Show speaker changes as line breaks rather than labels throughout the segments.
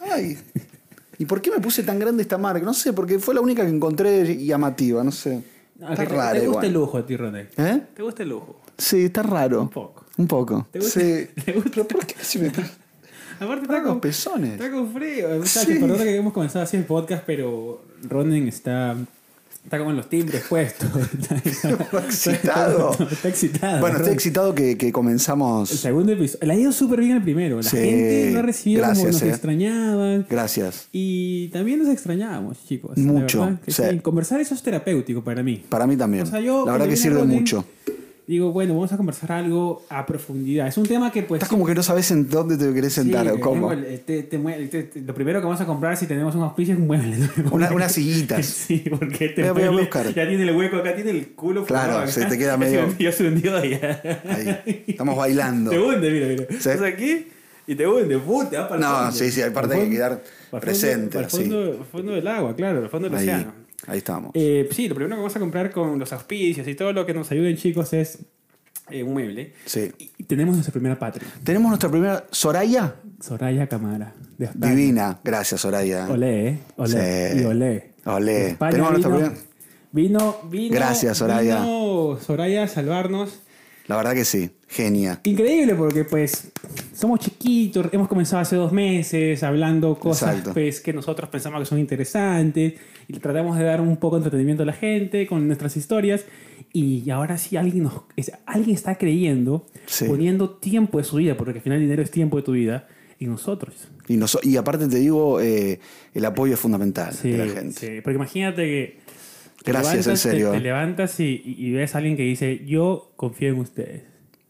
hay. ¿Y por qué me puse tan grande esta marca? No sé, porque fue la única que encontré llamativa, no sé.
No,
está
que te,
raro
te gusta
igual.
el lujo a ti, René.
¿Eh?
¿Te gusta el lujo?
Sí, está raro.
Un poco.
Un poco.
¿Te gusta?
Sí.
¿Te gusta?
¿Pero por qué si me
Aparte está
traen los
con,
pezones?
está con frío. O sea,
Sí.
que perdona que hemos comenzado así el podcast, pero Ronen está, está como en los timbres puestos. Está,
excitado.
Está excitado.
Bueno, estoy
Ronen.
excitado que, que
El
comenzamos.
segundo episodio. Le ha ido súper bien el primero. La
Sí,
gente lo ha recibido como
gracias,
nos
eh.
extrañaban.
Gracias.
Y también nos extrañábamos, chicos. la
Mucho,
verdad que
sí.
sí. Conversar eso es terapéutico para mí.
Para mí también.
O sea, yo
la verdad
cuando
que
vine a
sirve
Ronin,
mucho.
Digo, bueno, vamos a conversar algo a profundidad. Es un tema que pues...
Estás como que no sabes en dónde te querés
sí,
sentar o
que
cómo.
tengo el- eh, te- te mue- te- te- lo primero que vamos a comprar si tenemos un auspicio es un mueble. ¿no?
Una- unas sillitas.
Sí, porque este
Voy a- voy a
mueble
buscar.
ya tiene el hueco acá, tiene el culo.
Claro,
formado acá.
se te queda
Ya
medio-
se hundió, se hundió allá.
Ahí. Estamos bailando.
Te hunde, mira, mira.
Sí.
Estás aquí y te hunde, puta. va para el
No,
fondo.
sí, sí, hay parte
Al
que
fondo-
quedar
al fondo-
presente,
Al
sí.
fondo, al fondo del agua, claro, al fondo del
Ahí,
océano.
ahí estamos.
Eh, sí, lo primero que vamos a comprar con los auspicios y todo lo que nos ayuden, chicos, es eh, un mueble.
Sí.
Y y tenemos nuestra primera patria,
Tenemos nuestra primera. Soraya.
Soraya Camara, de España.
Divina. Gracias, Soraya.
Olé, ¿eh? Olé.
Sí.
Y olé.
Olé.
De España
Tenemos nuestra
vino,
primera-
Vino, vino.
Gracias, Soraya.
Vino Soraya a salvarnos.
La verdad que sí. Genia.
Increíble porque pues somos chiquitos, hemos comenzado hace dos meses hablando cosas
Exacto.
pues, que nosotros pensamos que son interesantes y tratamos de dar un poco de entretenimiento a la gente con nuestras historias y ahora sí alguien, nos, es- alguien está creyendo,
Sí.
poniendo tiempo de su vida, porque al final el dinero es tiempo de tu vida, y nosotros.
Y, noso- y aparte te digo, eh, el apoyo es fundamental
Sí,
de la gente.
sí, porque imagínate que... te
Gracias, en
levantas, te-
serio. ¿eh?
Te, levantas y, y ves a alguien que dice, yo confío en ustedes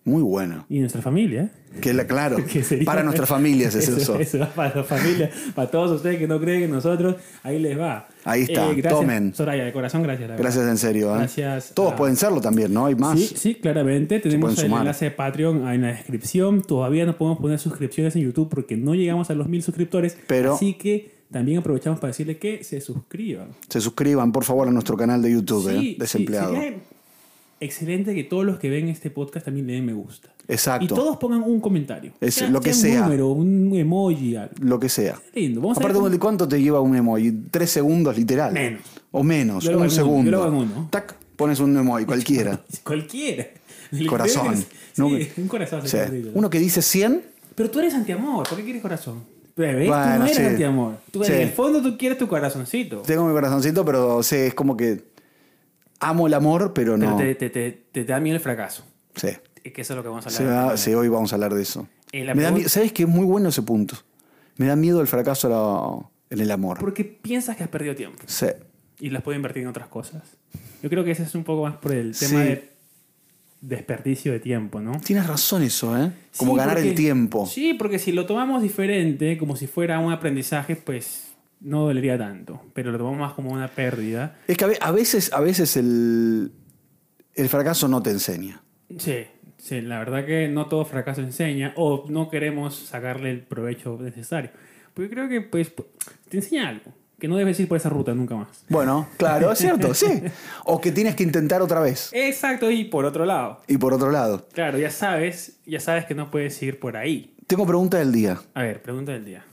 Muy bueno.
y en nuestra familia.
Que la, claro,
que sería-
para nuestras familias es
eso.
eso.
Eso va para la familia, para todos ustedes que no creen en nosotros, ahí les va. Eh,
Ahí está,
gracias,
tomen.
Soraya, de corazón, gracias. la verdad.
Gracias en serio. ¿eh?
Gracias
Todos
a-
pueden serlo también, ¿no? Hay más.
Sí, sí, claramente. Tenemos
pueden
el
sumar.
enlace de Patreon en la descripción. Todavía no podemos poner suscripciones en YouTube porque no llegamos a los mil suscriptores.
Pero-
Así que también aprovechamos para decirle que se suscriban.
Se suscriban, por favor, a nuestro canal de YouTube,
Sí,
¿eh? Desempleado.
sí, sería excelente que todos los que ven este podcast también le den me gusta.
Exacto.
Y todos pongan un comentario.
Es lo que sea.
Un número, un emoji, algo.
Lo que sea.
Lindo. Vamos
Aparte,
a ver cómo-
¿de cuánto te lleva un emoji? Tres segundos, literal.
Menos.
O menos,
Yo lo hago
un
en uno, yo lo hago en
segundo.
uno.
Tac, pones un emoji, cualquiera.
Cualquiera.
Corazón.
Sí,
No-
un corazón.
Sí.
se puede
Uno que dice 100,
Pero tú eres antiamor. ¿Por qué quieres corazón? Bebé, tú
Bueno,
no eres
sí.
antiamor. Tú,
Sí.
En el fondo tú quieres tu corazoncito.
tengo mi corazoncito, pero sí, es como que amo el amor, pero
Pero
no.
te, te- te- te da miedo el fracaso.
Sí.
Es que eso es lo que vamos a
Se
hablar.
va- sí, hoy vamos a hablar de eso.
Eh, la
Me da
pregun-
mie- ¿Sabes que es muy bueno ese punto? Me da miedo el fracaso a la- en el amor.
Porque piensas que has perdido tiempo
Sí.
y las puedes invertir en otras cosas. Yo creo que ese es un poco más por el
Sí.
tema de desperdicio de tiempo, ¿no?
Tienes razón eso, ¿eh? Como
Sí,
ganar el
porque-
tiempo.
Sí, porque si lo tomamos diferente, como si fuera un aprendizaje, pues no dolería tanto. Pero lo tomamos más como una pérdida.
Es que a, ve- a veces, a veces el, el fracaso no te enseña.
Sí, sí, la verdad que no todo fracaso enseña o no queremos sacarle el provecho necesario. Porque creo que pues pu- te enseña algo, que no debes ir por esa ruta nunca más.
Bueno, claro, es cierto, sí. O que tienes que intentar otra vez.
Exacto, y por otro lado,
Y por otro lado,
claro, ya sabes, ya sabes que no puedes ir por ahí.
tengo pregunta del día.
A ver, pregunta del día.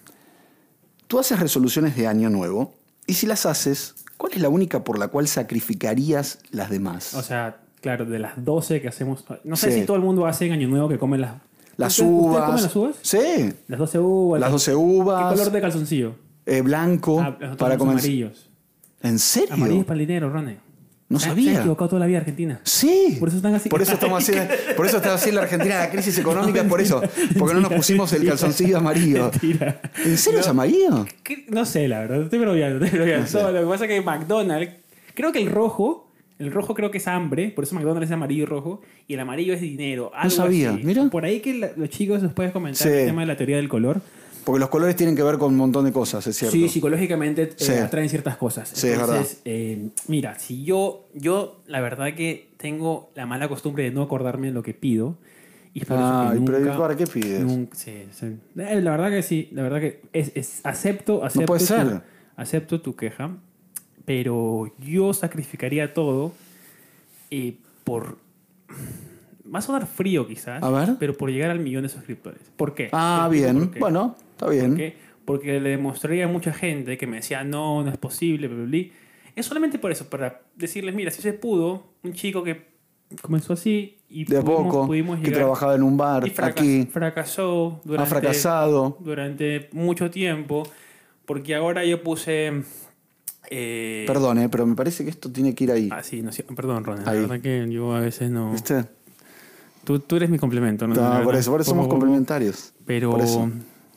Tú haces resoluciones de año nuevo y si las haces, ¿cuál es la única por la cual sacrificarías las demás?
O sea, claro, de las 12 que hacemos, no sé
Sí.
si todo el mundo hace en Año Nuevo que comen las
las
¿Ustedes-
uvas.
¿Ustedes comen las uvas?
Sí.
Las 12 uvas.
Las
el-
12
¿Qué
uvas,
color de calzoncillo?
eh, blanco,
Ah, nosotros
para
somos
comenzar.
amarillos.
¿En serio?
Amarillos para el dinero, Ronnie.
No
Se ha- Se
sabía.
ha equivocado toda la vida Argentina.
Sí.
Por eso están así.
Por eso estamos haciendo, por eso está haciendo la Argentina la crisis económica, por eso. Porque no nos pusimos el calzoncillo amarillo.
Mentira.
¿En serio es amarillo?
¿Qué? No sé, la verdad. Estoy bromeando, estoy bromeando. Todo Lo que pasa es que McDonald's, creo que el rojo, el rojo creo que es hambre, por eso McDonald's es amarillo y rojo, y el amarillo es dinero. Algo
sabía,
así.
mira.
Por ahí que la- los chicos nos pueden comentar
Sí.
el tema de la teoría del color.
Porque los colores tienen que ver con un montón de cosas, es cierto.
Sí, psicológicamente eh,
Sí.
atraen ciertas cosas.
Sí, es
Entonces, eh, mira, si yo, yo la verdad que tengo la mala costumbre de no acordarme de lo que pido. Y es por eso
Ay,
que nunca,
pero ¿para qué pides?
nun- sí, sí. Eh, La verdad que sí, la verdad que es, es- acepto, acepto,
puede
tu-
ser.
acepto tu queja, pero yo sacrificaría todo eh, por... Va a sonar frío quizás,
A ver.
pero por llegar al millón de suscriptores. ¿Por qué?
Ah,
Te explico
bien.
por qué.
Bueno, está bien.
¿Por qué? porque le demostré a mucha gente que me decía, no, no es posible, bla, bla, bla". Es solamente por eso, para decirles, mira, si se pudo, un chico que comenzó así y
De a
pudimos-
poco,
pudimos
que
llegar.
trabajaba en un bar,
Y fraca-
aquí,
fracasó
ha
durante,
fracasado.
durante mucho tiempo, porque ahora yo puse... eh,
Perdón, eh, pero me parece que esto tiene que ir ahí.
Ah, sí, no, sí, perdón, Ronald.
Ahí.
La verdad que yo a veces no...
¿Viste?
Tú, tú eres mi complemento, ¿no?
No,
La verdad.
por eso, por eso somos
Poco, poco.
complementarios.
Pero
Por eso.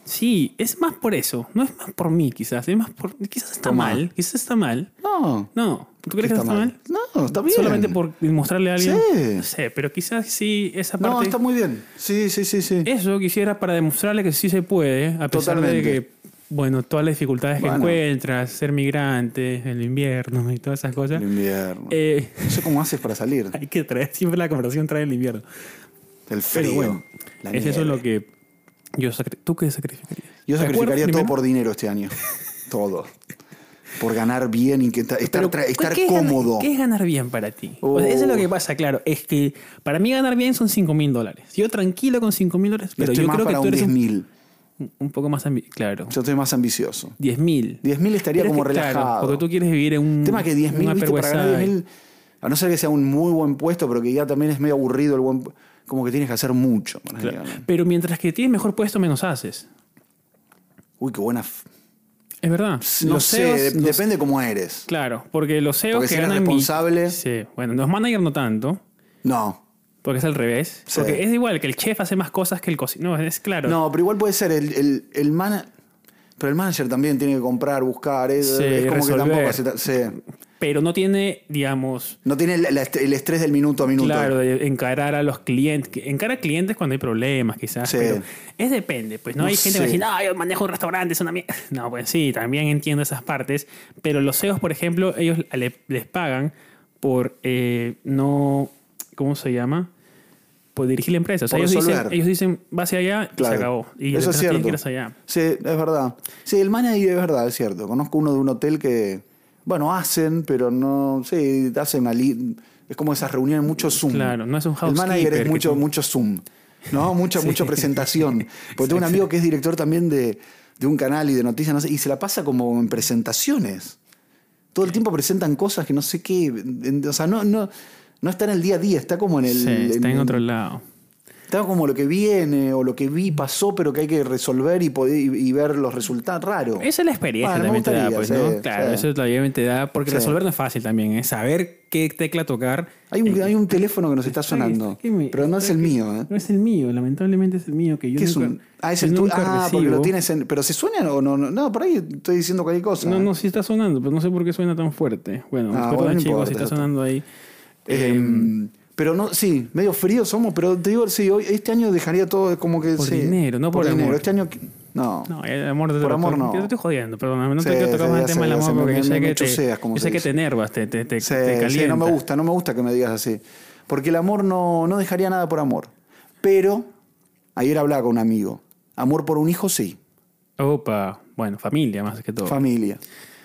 sí, es más por eso. No es más por mí, quizás. Es más por. Quizás está
Toma.
mal. Quizás está mal.
No.
No. ¿Tú crees que está, mal?
No, está bien.
Solamente por mostrarle a alguien.
Sí.
No sé, pero quizás sí, esa parte.
No, está muy bien. Sí, sí, sí, sí.
Eso quisiera para demostrarle que sí se puede, a pesar
Totalmente.
de que, bueno, todas las dificultades
Bueno.
que encuentras, ser migrante, el invierno y todas esas cosas.
El invierno.
eh,
No sé cómo haces para salir.
hay que traer, siempre la conversación trae el invierno.
El frío.
bueno,
la
es eso
nieve.
lo que yo sacri- ¿Tú qué sacrificarías?
Yo
¿Te acuerdas
sacrificaría todo
primero?
por dinero este año. todo. Por ganar bien y que ta- estar,
Pero,
tra- estar
¿qué es ganar-
cómodo. Uh.
¿Qué es ganar bien para ti? O sea, eso es lo que pasa, claro. Es que para mí ganar bien son 5 mil dólares. Yo tranquilo con 5 mil dólares, pero
Estoy
yo
más
creo que
para
tú
un
eres
10.000.
un, un poco más ambicioso. Claro.
Yo estoy más ambicioso.
10 mil.
10.000 estaría como relajado.
porque tú quieres vivir en un.
El tema es que 10.000, viste,
un Upper
para
West
ganar
Side.
10.000, a no ser que sea un muy buen puesto, pero que ya también es medio aburrido el buen... Como que tienes que hacer mucho. para
Claro.
ganar.
Pero mientras que tienes mejor puesto, menos haces.
Uy, qué buena... f-
Es verdad.
No
Los
sé,
CEOs,
de-
los-
depende cómo eres.
Claro, porque los CEOs
Porque si
que
eres
ganan. mi-
responsable-
Sí, bueno, los managers no tanto.
No.
Porque es al revés.
Sí.
Porque es igual que el chef hace más cosas que el cocinero. No, es claro.
No, pero igual puede ser el, el, el mana- Pero el manager también tiene que comprar, buscar. Es,
Sí,
es como
resolver.
que tampoco hace ta- sí.
Pero no tiene, digamos,
No tiene el, la est- el estrés del minuto a minuto.
claro, de encarar a los clientes. que- Encara a clientes cuando hay problemas, quizás.
Sí.
Pero es depende. Pues no,
No
hay gente que
sé.
dice, no, yo manejo un restaurante, es una mierda. No, pues sí, también entiendo esas partes. Pero los CEOs, por ejemplo, ellos le- les pagan por eh, no. ¿Cómo se llama? Por dirigir la empresa. O sea,
Por
ellos dicen,
resolver.
ellos dicen, vas hacia allá, y
Claro.
se acabó. Y
Eso
entonces
es
tienes
cierto.
que ir hacia allá.
Sí, es verdad. Sí, el manager es verdad, es cierto. Conozco uno de un hotel que, bueno, hacen, pero no, sí, hacen ali- es como esas reuniones, mucho Zoom.
Claro, no es un
El manager
housekeeper
es
que
mucho,
tú-
mucho Zoom, ¿no? Mucha, mucha presentación. Porque tengo un amigo que es director también de, de un canal y de noticias, no sé, y se la pasa como en presentaciones. Todo el tiempo presentan cosas que no sé qué, en- o sea, no, no, no está en el día a día, está como en el...
Sí, está en
en-
otro lado.
Está como lo que viene o lo que vi pasó, pero que hay que resolver y, poder- y- y ver los resultados. Raro.
Esa es la experiencia
Bueno, me
también te da, pues,
gustaría, sí,
¿no? Claro,
sí.
eso también te da, porque
Sí.
resolver no es fácil también, es saber qué tecla tocar.
Hay un, hay un teléfono que nos está
está-
sonando,
está que me-
pero no es el mío. ¿eh?
No es el mío, lamentablemente es el mío, que yo
¿Qué es
nunca,
un- Ah, es
yo
el tuyo.
nunca
Ah, porque
recibo.
lo tienes en. ¿Pero se suena o no? No, no, por ahí estoy diciendo cualquier cosa.
No, no, sí está sonando, pero no sé por qué suena tan fuerte. Bueno,
Ah,
perdón
bueno, no
chicos,
importa,
si
ya
está
está.
sonando ahí.
Eh, pero no, sí, medio frío somos, pero te digo, sí, hoy, este año dejaría todo como que.
Por
sí,
dinero, no por amor.
Este año. que- No.
No, el amor de
Por amor, no.
Te estoy jodiendo, perdóname, no
Sí,
te quiero tocar
sí,
más
ya
el tema
sé,
del
ya sé,
amor, porque
me-
yo sé
me
que te,
chuseas, como
yo
se
sé que
dice.
te enervas, te, te, te,
Sí,
te
sí,
calienta.
no me gusta, no me gusta que me digas así. Porque el amor no, no dejaría nada por amor. Pero ayer hablaba con un amigo. Amor por un hijo, sí.
Opa, bueno, familia más que todo.
Familia.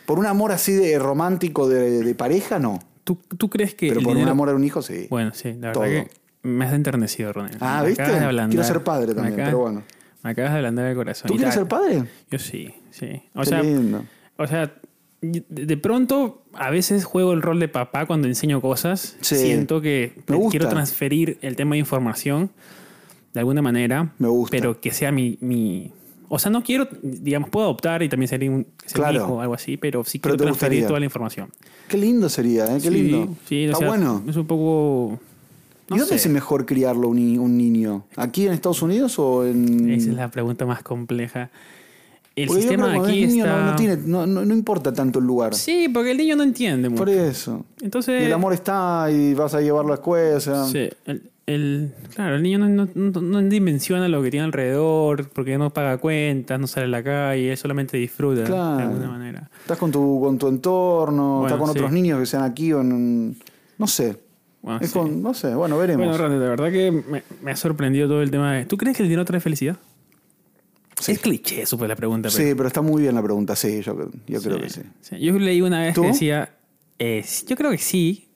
Por un amor así de romántico de, de pareja, no.
¿Tú, ¿Tú crees que
Pero
el
por un
dinero-
amor a un hijo, sí.
Bueno, sí, la verdad
Todo.
que me has enternecido, Ronald.
Ah,
Me
¿viste?
acabas de ablandar.
Quiero ser padre
Me
también, pero bueno.
Me acabas de ablandar el corazón.
¿Tú
Y
quieres
ta-
ser padre?
Yo sí, sí. O
Qué
sea,
lindo.
o sea, y- de de pronto a veces juego el rol de papá cuando enseño cosas.
Sí.
Siento que
Me gusta.
quiero transferir el tema de información de alguna manera.
Me gusta.
Pero que sea mi... mi- o sea, no quiero, digamos, puedo adoptar y también sería un ser
Claro.
hijo o algo así, pero sí
Pero
quiero
te
transferir
gustaría.
toda la información.
Qué lindo sería, ¿eh? Qué
Sí,
lindo.
Sí, o
Está
sea,
bueno.
Es un poco. no
¿Y dónde
sé.
es mejor criarlo un, ni- un niño? ¿Aquí en Estados Unidos o en.?
Esa es la pregunta más compleja. El
Mm. Porque yo creo
sistema
que cuando
aquí
es niño
está.
no, no tiene, no, no- no importa tanto el lugar.
Sí, porque el niño no entiende mucho.
Por eso.
Entonces.
Y el amor está y vas a llevarlo a la escuela. o sea,
Sí, el, el- claro, el niño no, no- no- no dimensiona lo que tiene alrededor, porque no paga cuentas, no sale a la calle, él solamente disfruta
Claro.
de alguna manera.
Estás con tu, con tu entorno,
Bueno,
estás con
sí.
otros niños que sean aquí o en... No sé.
Bueno,
es
sí.
con, no sé, bueno, veremos.
Bueno, Randy, la verdad que me, me ha sorprendido todo el tema de. ¿Tú crees que el dinero trae felicidad? Es cliché, supe la pregunta. pero-
sí, pero está muy bien la pregunta, sí, yo, yo creo que sí.
Sí. Yo leí una vez
¿Tú?
que decía, eh, sí, yo creo que sí,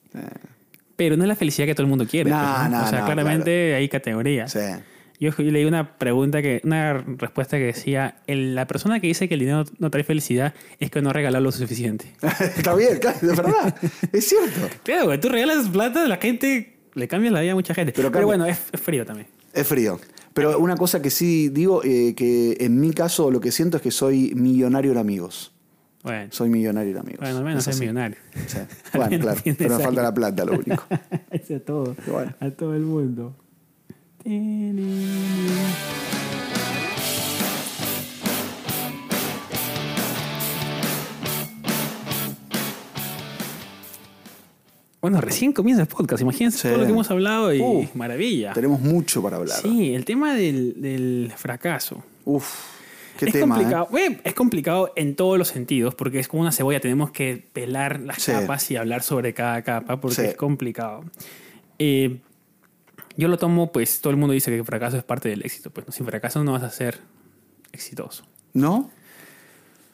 pero no es la felicidad que todo el mundo quiere.
No,
pues,
no,
o sea,
no,
claramente hay categorías.
Sí.
Yo escu- leí una pregunta que, una respuesta que decía, "El- la persona que dice que el dinero no trae felicidad es que no ha regalado lo suficiente.
Está bien, claro, de verdad. Es cierto.
Claro, güey, tú regalas plata, la gente le cambia la vida a mucha gente.
Pero
Pero,
cambia.
bueno, es, es frío también.
Es frío. Pero una cosa que sí digo, eh, que en mi caso lo que siento es que soy millonario en amigos.
Bueno,
Soy millonario en amigos.
bueno al menos
Es
es
así.
millonario.
Sí.
Al
Bueno,
menos
claro.
tienes
Pero me
algo.
falta la plata, lo único.
es a todo.
Bueno.
A todo el mundo. Bueno, recién comienza el podcast. Imagínense
Sí.
todo lo que hemos hablado y
Uh,
maravilla.
Tenemos mucho para hablar.
Sí, el tema del, del fracaso.
Uf, qué
es
tema. ¿eh?
complicado. Bueno, Es complicado en todos los sentidos, porque es como una cebolla, tenemos que pelar las
Sí.
capas y hablar sobre cada capa, porque
Sí.
es complicado. Eh, yo lo tomo, pues todo el mundo dice que el fracaso es parte del éxito, pues ¿no? sin fracaso no vas a ser exitoso.
¿No?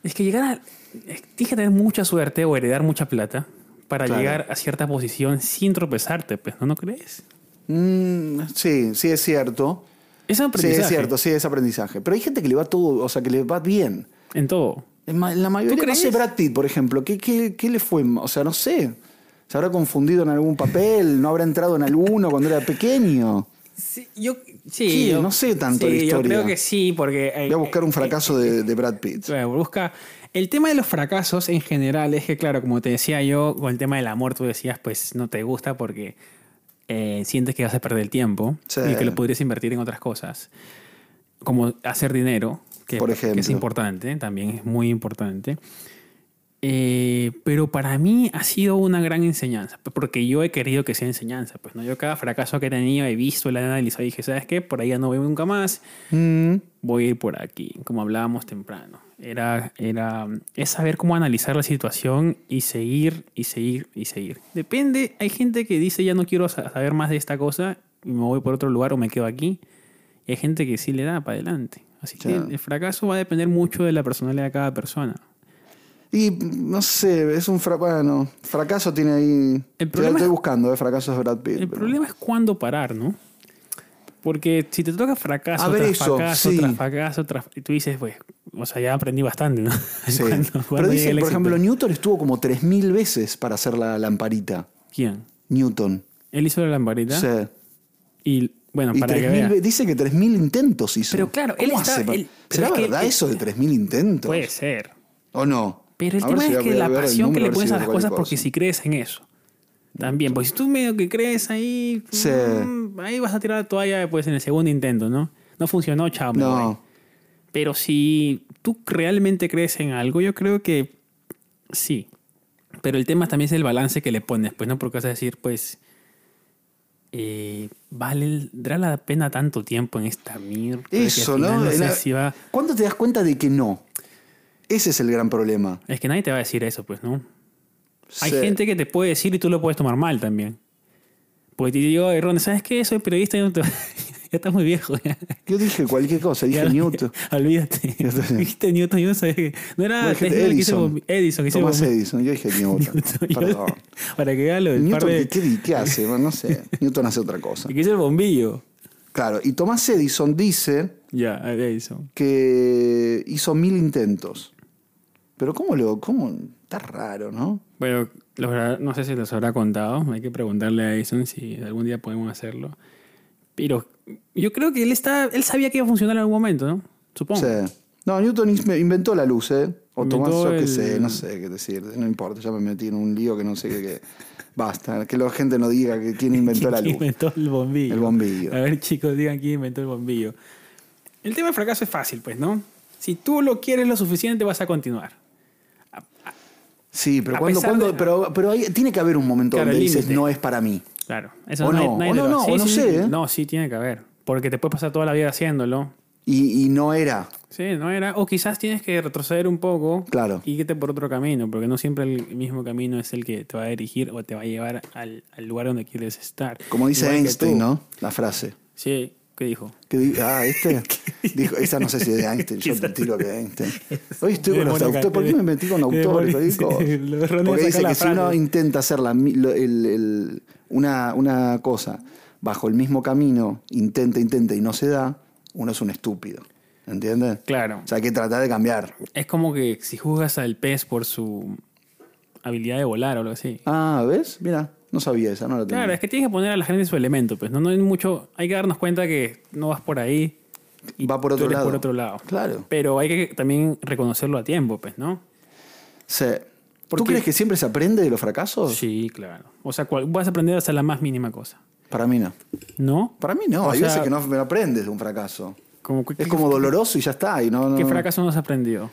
Es que llegar a... es- Tienes que tener mucha suerte o heredar mucha plata para
Claro.
llegar a cierta posición sin tropezarte, pues, ¿no, ¿No crees?
Mm, sí, sí es cierto.
Es
Sí,
un
es
aprendizaje
cierto, sí es aprendizaje. Pero hay gente que le va todo, o sea, que le va bien.
en todo.
En ma- en la mayoría,
crees?
no sé, Brad Pitt, por ejemplo, ¿qué, qué, qué le fue? O sea, no sé. ¿Se habrá confundido en algún papel? ¿No habrá entrado en alguno cuando era pequeño?
Sí, yo,
Sí, yo- no sé tanto sí, eh, la yo historia.
Yo
creo
creo
que
que sí, porque.
Voy a buscar un fracaso de, de Brad Pitt.
Claro, busca. El tema de los fracasos en general es que, claro, como te decía yo, con el tema del amor, tú decías, pues no te gusta porque eh, sientes que vas a perder el tiempo
Sí.
y que lo podrías invertir en otras cosas. Como hacer dinero, que,
Por
que es
ejemplo.
importante, también es muy importante. Eh, pero para mí ha sido una gran enseñanza, p- porque yo he querido que sea enseñanza. Pues no, yo cada fracaso que he tenido he visto, la he analizado y dije, ¿sabes qué? Por ahí ya no voy nunca más
Mm,
voy a ir por aquí, como hablábamos temprano. Era, era, es saber cómo analizar la situación y seguir, y seguir, y seguir. Depende, hay gente que dice ya no quiero sa- saber más de esta cosa y me voy por otro lugar o me quedo aquí. Y hay gente que sí le da para adelante. Así que
Claro.
el fracaso va a depender mucho de la personalidad de cada persona.
Y no sé, es un fra- bueno, fracaso tiene ahí.
El
Yo lo
problema
estoy
es-
buscando, eh, fracasos de Brad Pitt.
El
pero-
problema es cuándo parar, ¿no? Porque si te toca fracaso,
A ver
tras
eso,
fracaso,
sí.
tras fracaso, tras- y tú dices, pues, o sea, ya aprendí bastante, ¿no?
Sí.
¿Cuándo-
Pero
cuándo llega
dicen,
el
por
éxito?
ejemplo, Newton estuvo como 3.000 veces para hacer la lamparita.
¿quién?
Newton.
Él hizo la lamparita.
Sí.
Y bueno,
Y
para que
3.000
vea.
ve- dice que 3.000 intentos hizo.
Pero claro, él
¿Cómo
está-
hace pa-
él- pero
¿Será
es que
verdad
él-
eso de 3.000 intentos?
Puede ser.
¿O no?
Pero el
A ver
tema
si voy a-
es que
voy a
la
ver el
pasión que
número,
le
ver
pones
si
a
veo
las
cualquier
cosas, porque
cosa.
si crees en eso. También, pues si tú medio que crees ahí,
Sí.
mm, ahí vas a tirar la toalla pues, en el segundo intento, ¿no? No funcionó, chao, me voy.
No.
Pero si tú realmente crees en algo, yo creo que sí. Pero el tema también es el balance que le pones, pues, ¿no? Porque vas a decir, pues, eh, ¿vale la pena tanto tiempo en esta mierda? que al
Eso,
final
¿no?
No
En
sé
la-
si va...
¿Cuándo te das cuenta de que no? Ese es el gran problema.
Es que nadie te va a decir eso, pues, ¿no? Hay
Sí.
gente que te puede decir y tú lo puedes tomar mal también. Pues te digo, "Ay, Ron, ¿sabes qué? Soy periodista y no te... ya estás muy viejo. Ya,
Yo dije cualquier cosa, dije
Ya-
Newton.
Olvídate.
Ya está bien.
Dijiste Newton, yo no sabía que... No era
Dije
Tesla que hizo
Edison.
bombi- Edison, que hizo
Thomas
bombi-
Edison, yo dije Newton.
Newton, yo-
Perdón.
Para que vea lo del par
Newton, ¿qué-
de-
¿qué, di- qué hace? Bueno, no sé. Newton hace otra cosa.
que hizo el bombillo.
Claro, y Thomas Edison dice
Ya, Edison.
que hizo mil intentos. Pero ¿cómo lo...? ¿Cómo? Está raro, ¿no?
Bueno, los habrá- no sé si los habrá contado. Hay que preguntarle a Edison si algún día podemos hacerlo. Pero yo creo que él está, él sabía que iba a funcionar en algún momento, ¿no? Supongo.
Sí. No, Newton in- inventó la luz, ¿eh? O
Inventó
Tomás, yo qué
el-
sé, no sé qué decir. No importa, ya me metí en un lío que no sé qué. qué- Basta, que la gente no diga que quién inventó la
¿Quién
luz.
inventó el bombillo?
El bombillo.
A ver, chicos, digan quién inventó el bombillo. El tema del fracaso es fácil, pues, ¿no? Si tú lo quieres lo suficiente, vas a continuar.
Sí, pero
A
cuando,
pesar
cuando-
de-
pero, pero hay- tiene que haber un momento
Claro,
donde
el
dices
límite.
no es para mí.
Claro. Eso
O
nadie-
no,
nadie
o no,
lo-
no,
sí,
o no
sí,
sé,
sí.
¿eh?
No, sí tiene que haber. Porque te puedes pasar toda la vida haciéndolo.
Y, y no era.
Sí, no era. O quizás tienes que retroceder un poco
Claro.
y irte por otro camino, porque no siempre el mismo camino es el que te va a dirigir o te va a llevar al, al lugar donde quieres estar.
Como dice
Igual que
Einstein,
tú.
¿no? La frase.
Sí, ¿qué dijo?
Que di- ah, este. Dijo, esa no sé si es de Einstein, yo te tiro que de Einstein. Hoy estoy con los
Demonio
autores. ¿Por qué me metí con
Demonio-
autores?
sí,
Federico?
lo erróneo
Porque
es
dice que
sacar la
si uno
frase.
intenta hacer la mi- lo- el- el- una, una cosa bajo el mismo camino, intenta, intenta y no se da, uno es un estúpido. ¿Entiendes?
Claro.
O sea, hay que tratar de cambiar.
Es como que si juzgas al pez por su habilidad de volar o algo así.
Ah, ¿ves? Mira, no sabía esa, no la tenía.
Claro, es que tienes que poner a la gente en su elemento, pues. No, no hay mucho. Hay que darnos cuenta que no vas por ahí. Y
Va por otro
tú eres
lado.
por otro lado.
Claro.
Pero hay que también reconocerlo a tiempo, pues, ¿no?
Sí.
¿Por
¿Tú
qué?
crees que siempre se aprende de los fracasos?
Sí, claro. O sea, cual- vas a aprender hasta la más mínima cosa.
Para mí no.
¿No?
Para mí no.
O
Hay
sea-
veces que no me aprendes de un fracaso.
Como, que-
Es como doloroso y ya está. Y no, no-
¿Qué fracaso no has aprendido?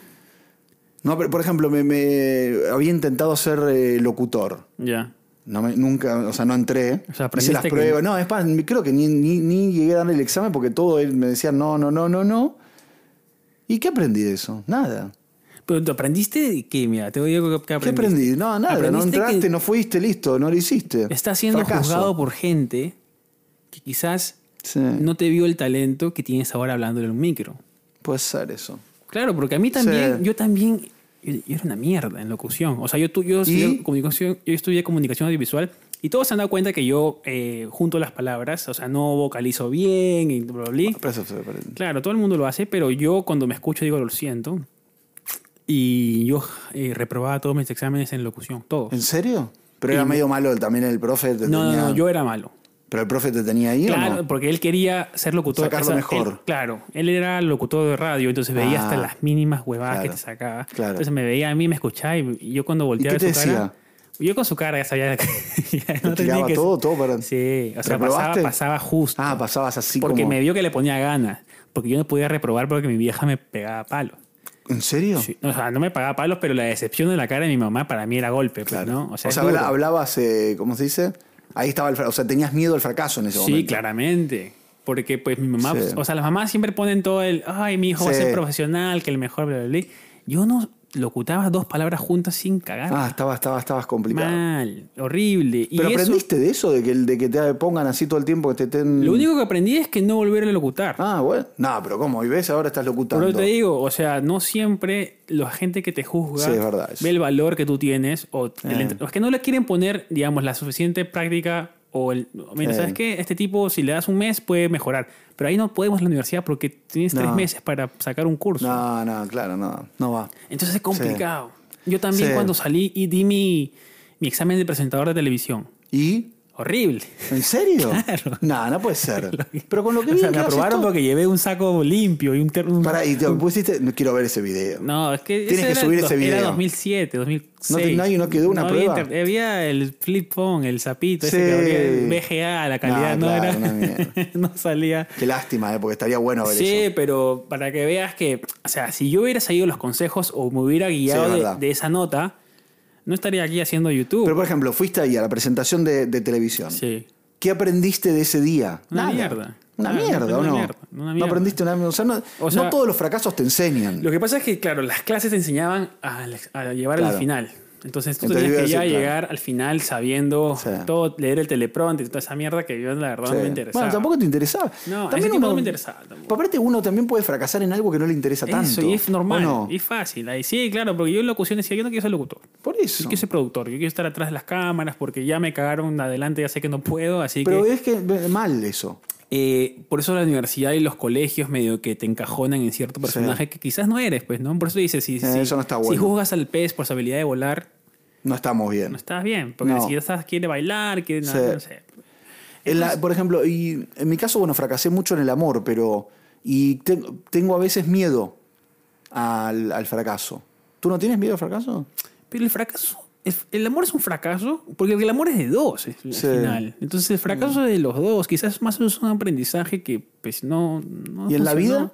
No, pero por ejemplo, me, me- había intentado ser eh, locutor.
Ya.
No me- nunca, o sea, no entré.
O sea,
hice
aprendiste
las
que-
pruebas. No, es más, ni- creo que ni, ni, ni llegué a darle el examen porque todo él me decía no, no, no, no, no. ¿Y qué aprendí de eso? Nada.
Pero tú aprendiste de qué, mira, te digo que- que
¿Qué
aprendiste.
aprendí? No, nada. No
Aprendiste
entraste,
que
no fuiste, listo, no lo hiciste.
Estás siendo
Fracaso.
juzgado por gente que quizás
Sí,
no te vio el talento que tienes ahora hablándole en un micro.
puede ser eso.
Claro, porque a mí también,
Sí.
yo también, yo, yo era una mierda en locución. O sea, yo, tu- yo,
¿Y?
estudié, comunicación, yo estudié comunicación audiovisual y todos se han dado cuenta que yo eh, junto las palabras, o sea, no vocalizo bien y bla, bla, bla.
Pero eso se aprende.
Claro, todo el mundo lo hace, pero yo cuando me escucho digo, lo siento. Y yo eh, reprobaba todos mis exámenes en locución, todos.
¿En serio? Pero era medio malo también el profe. Te
No, no,
tenía...
no, yo era malo.
Pero el profe te tenía ahí o
Claro,
no?
porque él quería ser locutor.
Sacar lo
él-
mejor.
claro, él era locutor de radio, entonces veía
Ah,
hasta las mínimas huevadas
claro,
que te sacaba.
claro.
Entonces me veía a mí, me escuchaba y y yo cuando volteaba
qué te
su
decía?
cara. Yo con su cara ya sabía que. ya
¿Te tiraba todo, todo para-
Sí, o sea, pasaba,
¿Reprobaste?
pasaba justo.
Ah, pasabas así
porque
como...
me vio que le ponía ganas. Porque yo no podía reprobar porque mi vieja me pegaba palos.
¿En serio?
Sí, O sea, no me pagaba palos, pero la decepción de la cara de mi mamá para mí era golpe, pues, ¿no? O sea, es
habla-
duro.
hablabas, eh, ¿cómo se dice? Ahí estaba el fracaso. O sea, tenías miedo al fracaso en ese
Sí,
momento.
claramente. Porque pues mi mamá,
Sí.
o sea, las mamás siempre ponen todo el, ay, mi hijo va a
Sí.
ser profesional, que el mejor, bla, bla, bla. Yo no locutaba dos palabras juntas sin cagar.
Ah, estabas, estabas, estabas complicado.
Mal, horrible. Y
Pero
eso-
aprendiste de eso, de que, de que te pongan así todo el tiempo que te estén.
lo único que aprendí es que no volver a locutar.
Ah, bueno. No, pero ¿cómo? Y ves, ahora estás locutando.
Pero te digo, o sea, no siempre la gente que te juzga
Sí, es verdad eso.
ve el valor que tú tienes o el
Eh.
entre- o es que no le quieren poner, digamos, la suficiente práctica o el... Mira,
Eh.
¿sabes qué? Este tipo, si le das un mes, puede mejorar. Pero ahí no podemos en la universidad porque tienes tres
No.
meses para sacar un curso.
No, no, claro, no. No va.
Entonces es complicado. Yo también
Sí.
cuando salí y di mi, mi examen de presentador de televisión.
¿Y.
Horrible.
¿En serio?
Claro.
No, no puede ser. Pero con lo que
o
vi,
sea, me aprobaron
aprobaron
porque llevé un saco limpio y un... ter- un-
Pará, y te pusiste. No quiero ver ese video.
No, es que.
Tienes
ese
que
era
subir
do-
ese video.
Era 2007, 2006.
No te- nadie no quedó una
había
prueba.
inter- había el flip phone, el zapito,
Sí.
ese que abría el VGA, la
No,
calidad no,
claro,
era.
una mierda.
no salía.
Qué lástima, eh, porque estaría bueno ver
Sí,
eso.
pero para que veas que, o sea, si yo hubiera seguido los consejos o me hubiera
Sí, es
guiado de-
verdad.
de, esa nota, no estaría aquí haciendo YouTube.
Pero pues, por ejemplo, fuiste ahí a la presentación de, de televisión.
Uh. sí.
¿Qué aprendiste de ese día?
Una mierda.
Una
Nada,
mierda, ¿o
una
no?
mierda, una
No
mierda.
aprendiste una mierda. O sea, no,
O sea-
no todos los fracasos te enseñan.
Lo que pasa es que, claro, las clases te enseñaban a, a llevar
Claro.
al final. Entonces tú
Entonces,
tenías
iba
que ya
a decir, claro.
llegar al final sabiendo
Sí.
todo, leer el teleprompter y toda esa mierda que yo la verdad
Sí.
no me interesaba.
Bueno, tampoco te interesaba.
No,
También
ese tipo
uno-
no me interesaba tampoco.
Pero aparte, uno también puede fracasar en algo que no le interesa tanto.
Eso, y es normal,
¿o no?
y es fácil. Ahí sí, claro, porque yo en locución decía, yo no quiero ser locutor,
Por
yo
eso.
quiero ser productor, yo quiero estar atrás de las cámaras porque ya me cagaron adelante, ya sé que no puedo, así
Pero
que...
es que ve- mal eso.
Eh, por eso la universidad y los colegios medio que te encajonan en cierto personaje que quizás no eres, pues, ¿no? Por eso dices, si,
Eh,
si,
eso no está
si
bueno.
juzgas al pez por su habilidad de volar,
No estamos bien.
no estás bien, porque
No.
si estás quiere bailar, quiere
Sí.
no sé.
En la- por ejemplo, y en mi caso, bueno, fracasé mucho en el amor, pero. Y te- tengo a veces miedo al, al fracaso. ¿Tú no tienes miedo al fracaso?
Pero el fracaso, es- el amor es un fracaso, porque el amor es de dos es- al
Sí.
final. Entonces el fracaso es de los dos, quizás más es un aprendizaje que pues no... pues, no
¿Y en la
funcionó.
vida?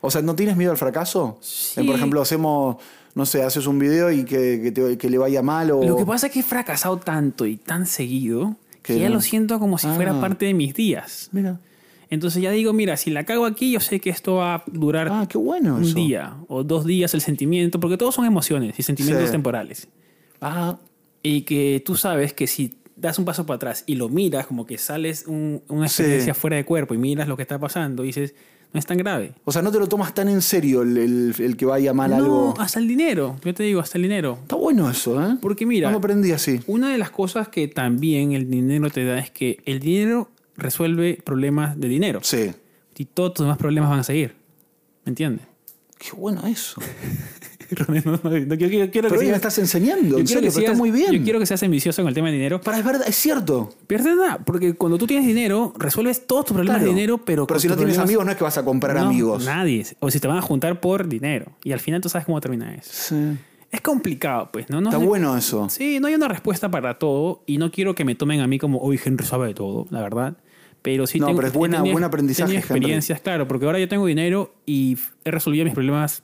O sea, ¿no tienes miedo al fracaso?
Sí.
Eh, Por ejemplo, hacemos, no sé, haces un video y que, que te- que le vaya mal o...
Lo que pasa es que he fracasado tanto y tan seguido
Que
que ya
no.
lo siento como si
Ah.
fuera parte de mis días.
Mira.
Entonces ya digo, mira, si la cago aquí, yo sé que esto va a durar
Ah, qué bueno
un
eso.
día o dos días el sentimiento, porque todos son emociones y sentimientos
Sí.
temporales.
Ah,
Y que tú sabes que si das un paso para atrás y lo miras, como que sales un- una
Sí.
experiencia fuera de cuerpo y miras lo que está pasando, y dices, no es tan grave.
o sea, no te lo tomas tan en serio el, el- el que vaya mal
no,
algo.
hasta el dinero, yo te digo, hasta el dinero.
Está bueno eso, ¿eh?
Porque mira,
No lo aprendí así.
una de las cosas que también el dinero te da es que el dinero resuelve problemas de dinero.
Sí.
Y todos tus demás problemas van a seguir. ¿Me entiendes?
Qué bueno eso.
Ronnie, no, no, no, yo, quiero- quiero
Pero
que
hoy me
sigas-
estás enseñando,
yo
en serio,
quiero que
pero está
sigas-
muy bien.
Yo quiero que seas ambicioso con el tema de dinero.
Para, es verdad, es cierto.
Pierdes nada, porque cuando tú tienes dinero, resuelves todos tus problemas
Claro.
de dinero, pero...
Pero
con
si no
tus
tienes
problemas-
amigos, no es que vas a comprar
No,
amigos.
Nadie. O si te van a juntar por dinero. Y al final tú sabes cómo termina eso.
Sí.
Es complicado, pues, ¿no? no
Está
sé-
bueno eso.
Sí, no hay una respuesta para todo y no quiero que me tomen a mí como, hoy Henry sabe de todo, la verdad. Pero sí
No,
tengo,
pero es
he
buena-
tenido-
buen aprendizaje,
he tenido
Henry.
experiencias, claro, porque ahora yo tengo dinero y f- he resolvido mis problemas,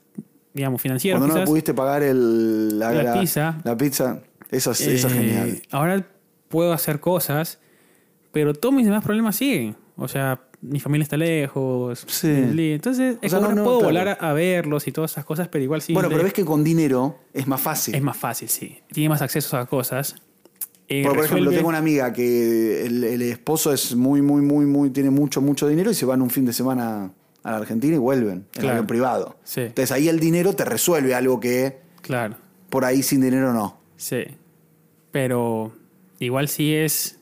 digamos, financieros.
Cuando no
quizás.
pudiste pagar el, la,
La
la-
pizza.
La pizza. Eso es, eso es
Eh,
genial.
Ahora puedo hacer cosas, pero todos mis demás problemas siguen. O sea, mi familia está lejos.
Sí.
li- Entonces, es
sea, no,
como ahora
no,
puedo
claro.
volar a, a verlos y todas esas cosas, pero igual sí.
Bueno, pero
le-
ves que con dinero es más fácil.
es más fácil, sí. Tiene más acceso a cosas. Eh,
Por, por ejemplo,
resuelve-
tengo una amiga que el, el esposo es muy, muy, muy, muy, tiene mucho, mucho dinero y se van un fin de semana a la Argentina y vuelven en
Claro.
avión privado.
Sí.
Entonces ahí el dinero te resuelve algo que
Claro.
por ahí sin dinero no.
Sí. Pero igual sí es.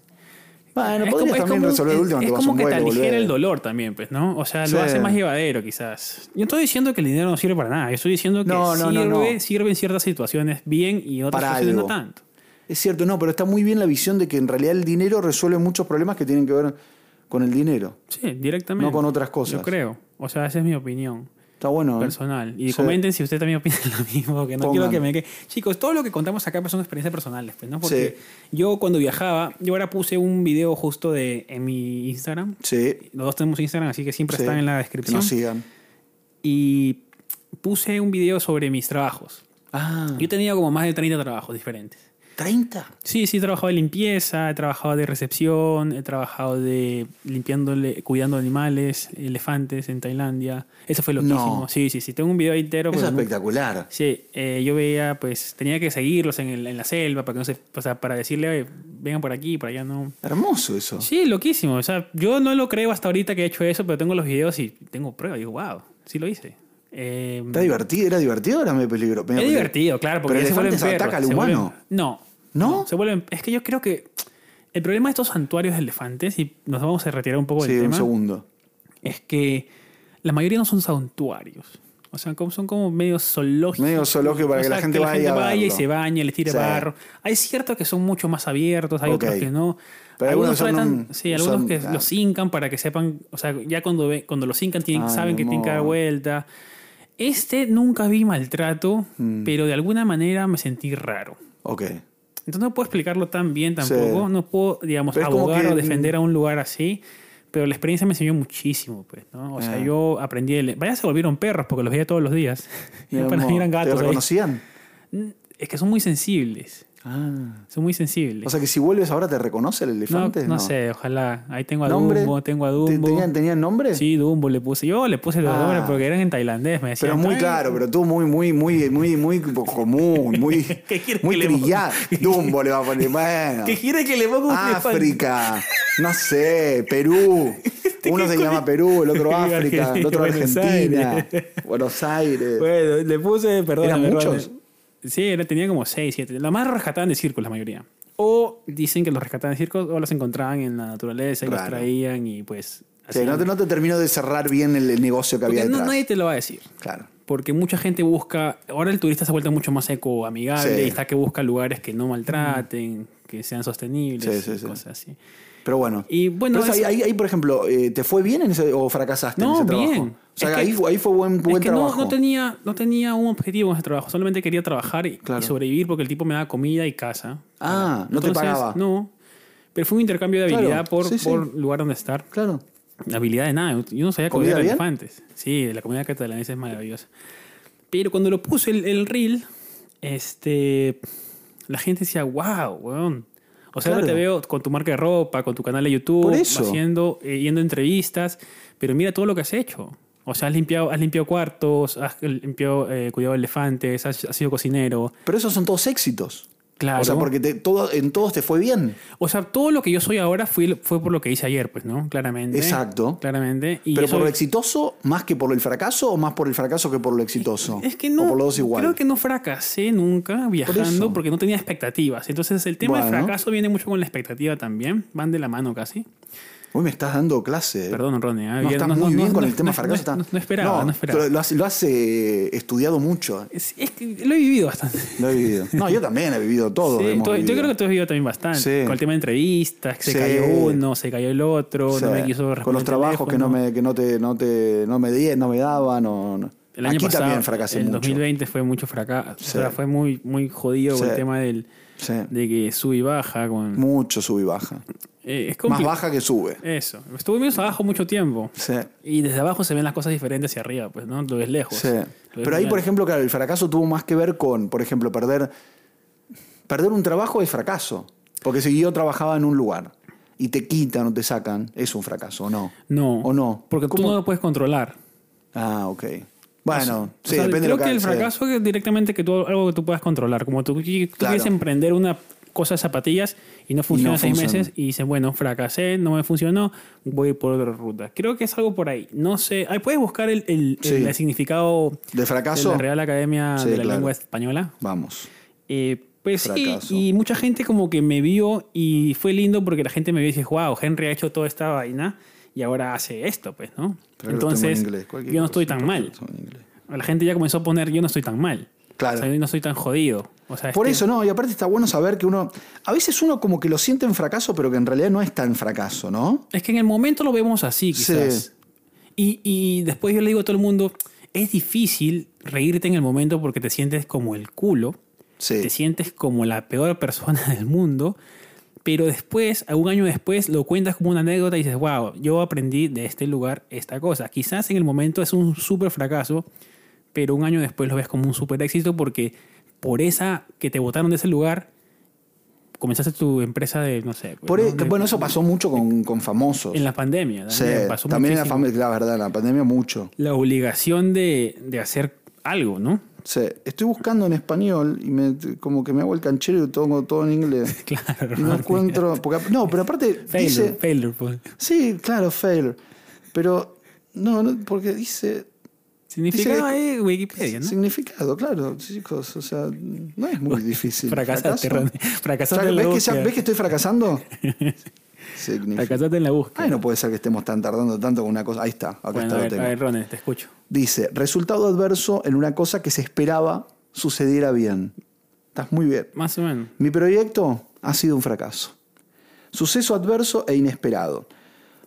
Bueno,
es
podrías
como- es
también
como-
resolver el último,
Es,
te
es
vas a
como
un
que te
vuelo,
aligera
volvés.
el dolor también, pues, ¿no? O sea,
Sí.
lo hace más llevadero, quizás. Yo no estoy diciendo que el dinero no sirve para nada. Yo estoy diciendo que
No, no, no,
sirve,
no.
sirve en ciertas situaciones bien y en otras
Para
situaciones
algo.
no tanto.
Es cierto, no, pero está muy bien la visión de que en realidad el dinero resuelve muchos problemas que tienen que ver con el dinero.
Sí, directamente.
No con otras cosas.
Yo creo. O sea, esa es mi opinión
Está bueno. ¿eh?
personal. Y
Sí.
comenten si ustedes también opinan lo mismo, que no
Pongan.
quiero que me que Chicos, todo lo que contamos acá pues, son experiencias personales, pues, ¿no? Porque yo cuando viajaba, yo ahora puse un video justo de en mi Instagram.
Sí.
Los dos tenemos Instagram, así que siempre
sí.
están en la
Que
descripción.
nos sigan.
Y puse un video sobre mis trabajos.
Ah,
Yo he tenido como más de 30 trabajos diferentes.
30.
Sí, sí, he trabajado de limpieza, he trabajado de recepción, he trabajado de limpiándole, cuidando animales, elefantes en Tailandia. Eso fue loquísimo.
No.
Sí, sí, sí. Tengo un video entero.
Eso es
pero nunca-
espectacular.
Sí, eh, yo veía, pues, tenía que seguirlos en, el- en la selva para que no se, o sea, para decirle, "Oye, vengan por aquí, por allá, no.
Hermoso eso.
Sí, loquísimo. O sea, yo no lo creo hasta ahorita que he hecho eso, pero tengo los videos y tengo pruebas. Digo, wow, sí lo hice. Eh,
Está divertido, era divertido, ahora me peligro.
es divertido, claro, porque
Pero
ya se vuelven
elefantes
perros.
ataca al
se
humano.
vuelven- no.
¿No?
Se vuelven. Es que yo creo que el problema de estos santuarios de elefantes, y nos vamos a retirar un poco del
Sí, un
tema,
segundo.
es que la mayoría no son santuarios. O sea, como- son como medio zoológicos.
Medio zoológico para
O
que
sea,
la gente vaya a
y
verlo.
se baña, les tire
Sí.
barro. Hay ciertos que son mucho más abiertos, hay
Ok.
otros que no.
Pero algunos son
tratan-
un-
sí, algunos
son-
que
ah.
los hincan para que sepan, o sea, ya cuando, ve- cuando los hincan tienen,
Ay, mi
saben que tienen que dar
amor.
vuelta. Este nunca vi maltrato,
Mm.
pero de alguna manera me sentí raro.
Ok.
Entonces no puedo explicarlo tan bien tampoco,
Sí.
no puedo, digamos,
Pero es como
abogar
que-
o defender a un lugar así, pero la experiencia me enseñó muchísimo, pues, ¿no? O sea,
Ah.
yo aprendí, el... vaya se volvieron perros porque los veía todos los días, y
Mi
para mí
amor,
eran
¿Te
gatos. ahí.
reconocían?
Es que son muy sensibles,
Ah.
son muy sensibles.
O sea que si vuelves ahora te reconoce el
no,
elefante.
no sé, ojalá, ahí tengo a
¿Nombre?
Dumbo, tengo a
¿Te-
Dumbo.
¿Tenían, tenían nombre?
Sí, Dumbo le puse, yo le puse los
Ah.
nombres porque eran en tailandés, me decían.
Pero muy
"Ay,
claro, pero tú muy, muy, muy, muy, muy común, muy,
¿Qué quieres
muy
que le ponga?
trillado. Dumbo le va a poner. Bueno.
¿Qué quiere que le ponga un elefante?
África, no sé, Perú.
Este
Uno se llama Perú, el otro África, el otro
Buenos
Argentina,
Aires.
Buenos Aires.
Bueno, le puse, perdón.
¿Eran
perdón.
muchos?
Sí, era- tenía como 6, 7. La más rescataban de circos, la mayoría. O dicen que los rescataban de circos o los encontraban en la naturaleza y los
Raro.
traían y pues.
Sí,
hacían-
no, te, no te termino de cerrar bien el, el negocio que había
Porque no-
detrás.
nadie te lo va a decir.
Claro.
Porque mucha gente busca. Ahora el turista se ha vuelto mucho más eco, amigable
Sí.
y está que busca lugares que no maltraten, que sean sostenibles,
Sí, sí,
y
sí.
cosas así.
Pero bueno.
Y bueno,
Pero eso
es-
ahí, ahí- ahí, por ejemplo, eh, ¿te fue bien en ese, o fracasaste
No,
en ese trabajo?
bien.
O sea,
Es que-
ahí, fue- ahí fue buen, buen
es que no-
trabajo.
No, tenía, no tenía un objetivo en ese trabajo, solamente quería trabajar y,
Claro.
y sobrevivir porque el tipo me daba comida y casa.
Ah, no te pagaba.
No, pero fue un intercambio de
Claro,
habilidad por,
sí, sí.
por lugar donde estar.
Claro.
Habilidad de nada, yo no sabía
¿Comida
comer
bien?
elefantes. Sí, la comida catalanesa es maravillosa. Pero cuando lo puse el, el reel, este, la gente decía, wow, weón. O sea, ahora
Claro.
te veo con tu marca de ropa, con tu canal de YouTube,
Por eso.
haciendo, eh, yendo a entrevistas, pero mira todo lo que has hecho. O sea, has limpiado, has limpiado cuartos, has limpiado, eh, cuidado de elefantes, has, has sido cocinero.
Pero esos son todos éxitos.
Claro.
O sea, porque te- todo, en todos te fue bien.
O sea, todo lo que yo soy ahora fue, fue por lo que hice ayer, pues, ¿no? Claramente.
Exacto.
Claramente. Y
Pero
eso-
por lo exitoso, más que por el fracaso, o más por el fracaso que por lo exitoso.
Es que no.
O por los dos igual.
Creo que no fracasé nunca viajando
eso.
porque no tenía expectativas. Entonces, el tema del
Bueno.
fracaso viene mucho con la expectativa también. Van de la mano casi.
Hoy me estás dando clase. ¿eh?
Perdón, Ronnie. ah,
No,
ya-
está muy bien con el tema
no-
fracaso.
no-
está-
No, no esperaba, no, esperaba.
pero Lo has, lo has, eh, estudiado mucho. ¿eh?
Es, es que lo he vivido bastante.
Lo he vivido. No, yo también he vivido todo.
Sí,
hemos
tú- yo
vivido.
creo que tú has vivido también bastante.
Sí.
Con el tema de entrevistas, que se
Sí.
cayó uno, se cayó el otro,
O sea,
no me quiso responder.
con los
el
trabajos que no
teléfono.
me que no te no te no me di, no me daban o no.
El año
aquí
pasado,
también fracasé
el
mucho
2020 fue mucho fracaso. O sea,
Sí.
fue muy, muy jodido con
Sí.
el tema del,
Sí.
de que sube y baja. Con,
mucho sub y baja
eh, es
más
compli-
baja que sube
Eso. Estuvimos abajo mucho tiempo.
sí,
Y desde abajo se ven las cosas diferentes hacia arriba, pues, ¿no? Lo ves lejos.
sí.
Lo ves
pero ahí
muy
por
alto.
ejemplo claro, el fracaso tuvo más que ver con por ejemplo perder perder un trabajo es fracaso porque si yo trabajaba en un lugar y te quitan o te sacan es un fracaso o no
No.
o no
Porque tú
¿Cómo?
no lo puedes controlar.
ah ok bueno
O
sí
sea,
depende de
creo
lo
que, el
sí.
fracaso es directamente que tú, algo que tú puedas controlar. Como tú, tú quieres emprender una cosa de zapatillas y no funciona seis
funciona.
meses y dices, bueno, fracasé, no me funcionó, voy por otra ruta. Creo que es algo por ahí. No sé. Ahí puedes buscar el, el-
Sí.
el significado
de
de
fracaso
la Real Academia
Sí,
de la
claro.
Lengua Española.
vamos
Eh, pues sí,
Fracaso.
y mucha gente como que me vio y fue lindo porque la gente me vio y dije, wow, Henry ha hecho toda esta vaina y ahora hace esto, pues, ¿no?
Creo que lo tengo en
Entonces,
inglés, cualquier
yo no
cosa,
estoy tan
¿por qué lo
mal.
tengo en inglés?
La gente ya comenzó a poner, yo no estoy tan mal.
Claro.
O sea, yo no estoy tan jodido. O sea, es
Por
que-
eso, no, y aparte está bueno saber que uno. A veces uno como que lo siente en fracaso, pero que en realidad no es tan fracaso, ¿no?
Es que en el momento lo vemos así, quizás. Y, y después yo le digo a todo el mundo, es difícil reírte en el momento porque te sientes como el culo.
Sí.
te sientes como la peor persona del mundo, pero después, a un año después, lo cuentas como una anécdota y dices, wow, yo aprendí de este lugar esta cosa. Quizás en el momento es un súper fracaso, pero un año después lo ves como un súper éxito porque por esa que te botaron de ese lugar, comenzaste tu empresa de, no sé. pues,
Por
¿no?
e-
De-
bueno, eso pasó mucho con, con famosos.
En la pandemia,
Sí,
también pasó
también en la,
muchísimo.
fam- la verdad, en la pandemia mucho.
La obligación de, de hacer algo, ¿no?
Sí. Estoy buscando en español y me, como que me hago el canchero y tengo todo en inglés.
Claro.
Y no encuentro. porque- no, pero aparte
Failure,
dice.
failure, pues.
Sí, claro, failure. Pero. No, no, porque dice.
Significado
Dice-
es Wikipedia, ¿no?
Significado, claro, chicos. O sea, no es muy difícil.
Fracasaste,
Fracaso.
Ronnie. Fracasaste
Fra-
en la
¿Ves que, ya-
búsqueda.
¿Ves que estoy fracasando? Significa.
Fracasaste en la búsqueda.
Ay, no puede ser que estemos tan tardando tanto con una cosa. Ahí está, acá
Bueno,
está
a,
lo
ver,
tengo.
a ver, Ronnie, te escucho.
Dice, resultado adverso en una cosa que se esperaba sucediera bien. Estás muy bien.
Más o menos.
Mi proyecto ha sido un fracaso. Suceso adverso e inesperado.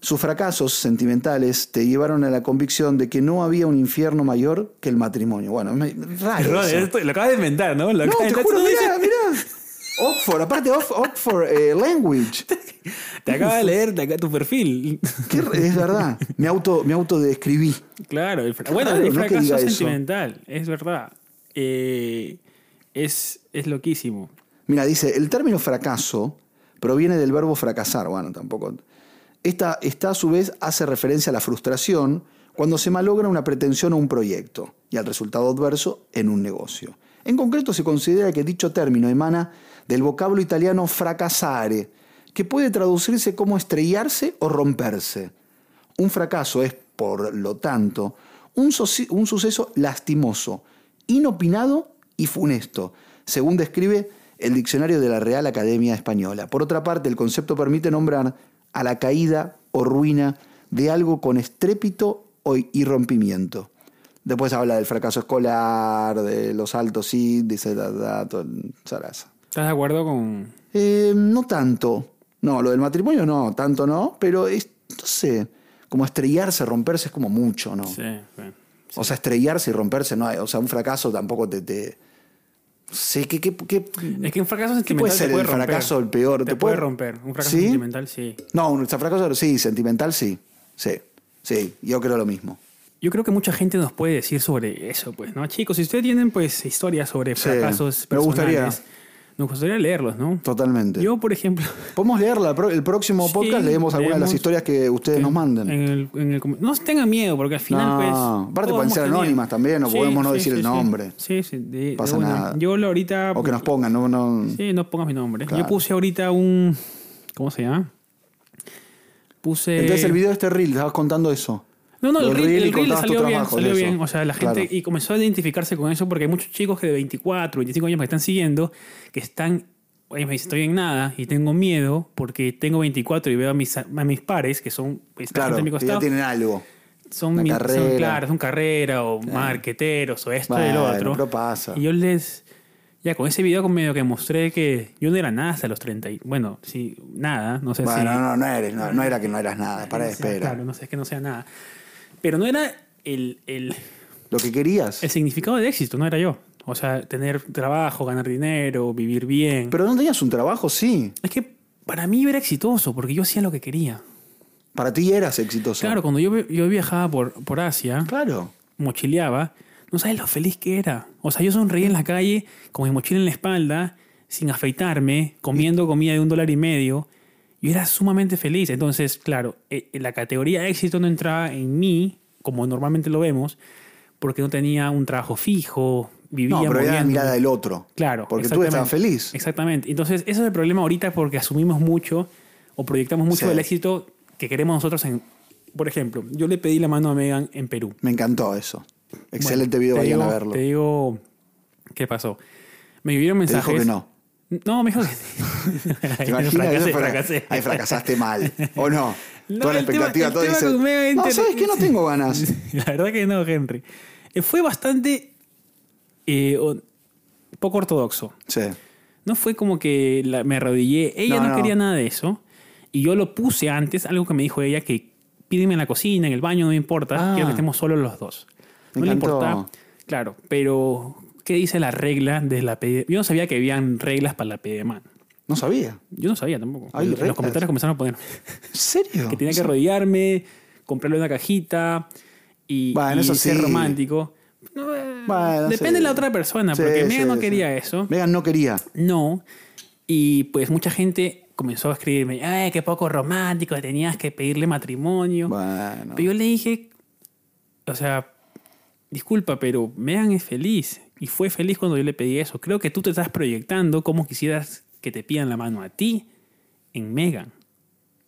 Sus fracasos sentimentales te llevaron a la convicción de que no había un infierno mayor que el matrimonio. Bueno, me- raro. eso.
eh, lo acabas de inventar, ¿no?
No, te juro, mirá, mirá. Oxford, aparte Ox- Oxford eh, Language.
te acaba de leer tu perfil.
Qué re- es verdad. Me auto, me autodescribí.
claro, el fra- bueno,
raro,
el
¿no? que diga
fracaso
eso.
sentimental, es verdad. Eh, es, es loquísimo.
Mira, dice, el término fracaso proviene del verbo fracasar. Bueno, tampoco. Esta, esta a su vez hace referencia a la frustración cuando se malogra una pretensión o un proyecto y al resultado adverso en un negocio. En concreto se considera que dicho término emana del vocablo italiano fracasare, que puede traducirse como estrellarse o romperse. Un fracaso es, por lo tanto, un, soci- un suceso lastimoso, inopinado y funesto, según describe el diccionario de la Real Academia Española. Por otra parte, el concepto permite nombrar a la caída o ruina de algo con estrépito o y rompimiento. Después habla del fracaso escolar, de los altos índices, da, da, todo el zaraza.
¿Estás de acuerdo con...?
Eh, no tanto. No, lo del matrimonio no, tanto no, pero es, no sé, como estrellarse, romperse es como mucho, ¿no?
Sí, bueno.
O sea, estrellarse y romperse no hay. O sea, un fracaso tampoco te. te... Sí, ¿qué, qué, qué-
Es que un fracaso
puede
sentimental
ser
te puede
el
romper.
fracaso, el peor?
Te,
Te puede-
puede romper. Un fracaso
¿Sí?
sentimental, sí.
No, un fracaso sí, sentimental sí. Sí, sí, yo creo lo mismo.
Yo creo que mucha gente nos puede decir sobre eso, pues, ¿no? Chicos, si ustedes tienen, pues, historias sobre
Sí,
fracasos
me gustaría.
personales, nos gustaría leerlos, ¿no?
Totalmente.
Yo, por ejemplo,
Podemos leerla. pro- El próximo
Sí,
podcast leemos algunas de las
leemos-
historias que ustedes nos manden.
en el, en el com- no tengan miedo, porque al final,
No,
pues...
aparte
todos
pueden
hemos
ser
tenido-
anónimas también, o podemos no decir el nombre.
Sí, sí, de- de
Pasa
una.
nada.
Yo lo ahorita...
O que nos pongan, no, no.
Sí, no pongas mi nombre.
Claro.
Yo puse ahorita un... ¿Cómo se llama? Puse...
Entonces el video de este reel, estabas contando eso.
No, no,
Lo
el reel,
y
el reel
contabas tu
salió bien,
trabajo de
salió
eso.
bien. O sea, la gente
Claro.
y comenzó a identificarse con eso porque hay muchos chicos que de 24, 25 años que están siguiendo, que están ellos me dicen, estoy en nada y tengo miedo porque tengo 24 y veo a mis, a mis pares, que son pues, están
Claro,
a mi
que
costado,
ya tienen algo.
son,
una
mi- son,
carrera.
claro, son carrera o marqueteros o esto y lo
Bueno,
otro.
pero pasa.
Y yo les... Ya, con ese video como medio que mostré que yo no era nada hasta los 30. y- Bueno, sí, nada, no sé
Bueno,
si...
no, no, eres, no, no era que no eras nada, para
no sea-
espera.
Claro, no sé, es que no sea nada. Pero no era el, el,
Lo que querías.
el significado de éxito, no era yo. O sea, tener trabajo, ganar dinero, vivir bien.
Pero no tenías un trabajo, sí.
es que para mí era exitoso porque yo hacía lo que quería.
Para ti eras exitoso.
Claro, cuando yo, vi- yo viajaba por, por Asia,
Claro.
mochileaba, no sabes lo feliz que era. O sea, yo sonreía en la calle con mi mochila en la espalda, sin afeitarme, comiendo comida de un dólar y medio. Yo era sumamente feliz. Entonces, claro, eh, la categoría de éxito no entraba en mí, como normalmente lo vemos, porque no tenía un trabajo fijo, vivía
No, pero era la
moviéndome.
mirada del otro.
Claro.
Porque tú estabas
exactamente.
feliz.
Exactamente. Entonces, ese es el problema ahorita porque asumimos mucho o proyectamos mucho
Sí.
el éxito que queremos nosotros en. Por ejemplo, yo le pedí la mano a Megan en Perú.
Me encantó eso. Excelente
Bueno,
video,
te
vayan
digo-
a verlo.
Te digo, ¿qué pasó? Me vivieron
Te
mensajes.
dijo que no.
No, me dijo que.
¿Te imaginas?
fracasé,
Eso fra-
fracasé.
Ahí fracasaste mal. ¿O no?
No,
toda la
el tema-
expectativa,
el
todo
tema
dice,
con Mega
No,
Inter-
¿sabes qué? No tengo ganas.
La verdad que no, Henry. Eh, Fue bastante eh, o- poco ortodoxo.
Sí.
No fue como que la- me arrodillé. Ella
No,
no,
no.
quería nada de eso. Y yo lo puse antes, algo que me dijo ella, que pídeme en la cocina, en el baño, no me importa.
Ah.
Quiero que estemos solos los dos.
Me
no
encantó.
le importa. Claro, pero ¿qué dice la regla de la pedida? Yo no sabía que habían reglas para la pedida de mano.
No sabía.
Yo no sabía tampoco.
Hay
En
reglas.
los comentarios comenzaron a poner
¿En serio?
que tenía que
O sea,
arrodillarme, comprarle una cajita y,
Bueno,
y
eso
ser
sí.
romántico. No, eh,
Bueno,
Depende
sí.
de la otra persona,
Sí,
porque Mega
sí,
no
sí.
quería eso.
Megan no quería.
No. Y pues mucha gente comenzó a escribirme, ay, qué poco romántico, tenías que pedirle matrimonio.
Bueno.
Pero yo le dije, o sea, disculpa, pero Megan es feliz. Y fue feliz cuando yo le pedí eso. Creo que tú te estás proyectando como quisieras que te pidan la mano a ti en Megan.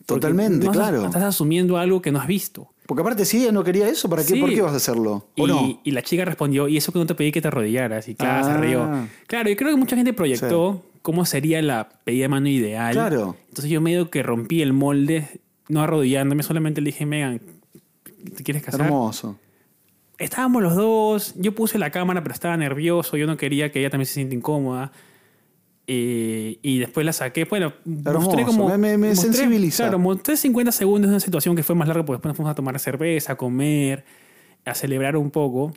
Porque
Totalmente,
no estás-
claro.
Estás asumiendo algo que no has visto.
Porque aparte, si ella no quería eso, ¿para qué?
Sí.
¿por qué vas a hacerlo? ¿O
y,
no?
y la chica respondió, y eso que no te pedí que te arrodillaras. Y claro, se
Ah.
rió. Claro, yo creo que mucha gente proyectó cómo sería la pedida de mano ideal.
Claro.
Entonces yo medio que rompí el molde, no arrodillándome, solamente le dije, Megan, ¿te quieres casar?
Hermoso.
Estábamos los dos, yo puse la cámara, pero estaba nervioso, yo no quería que ella también se sienta incómoda. Eh, y después la saqué. Bueno, mostré como.
me- me- me
mostré-
sensibiliza.
Claro, mostré 50 segundos de una situación que fue más larga, porque después nos fuimos a tomar cerveza, a comer, a celebrar un poco.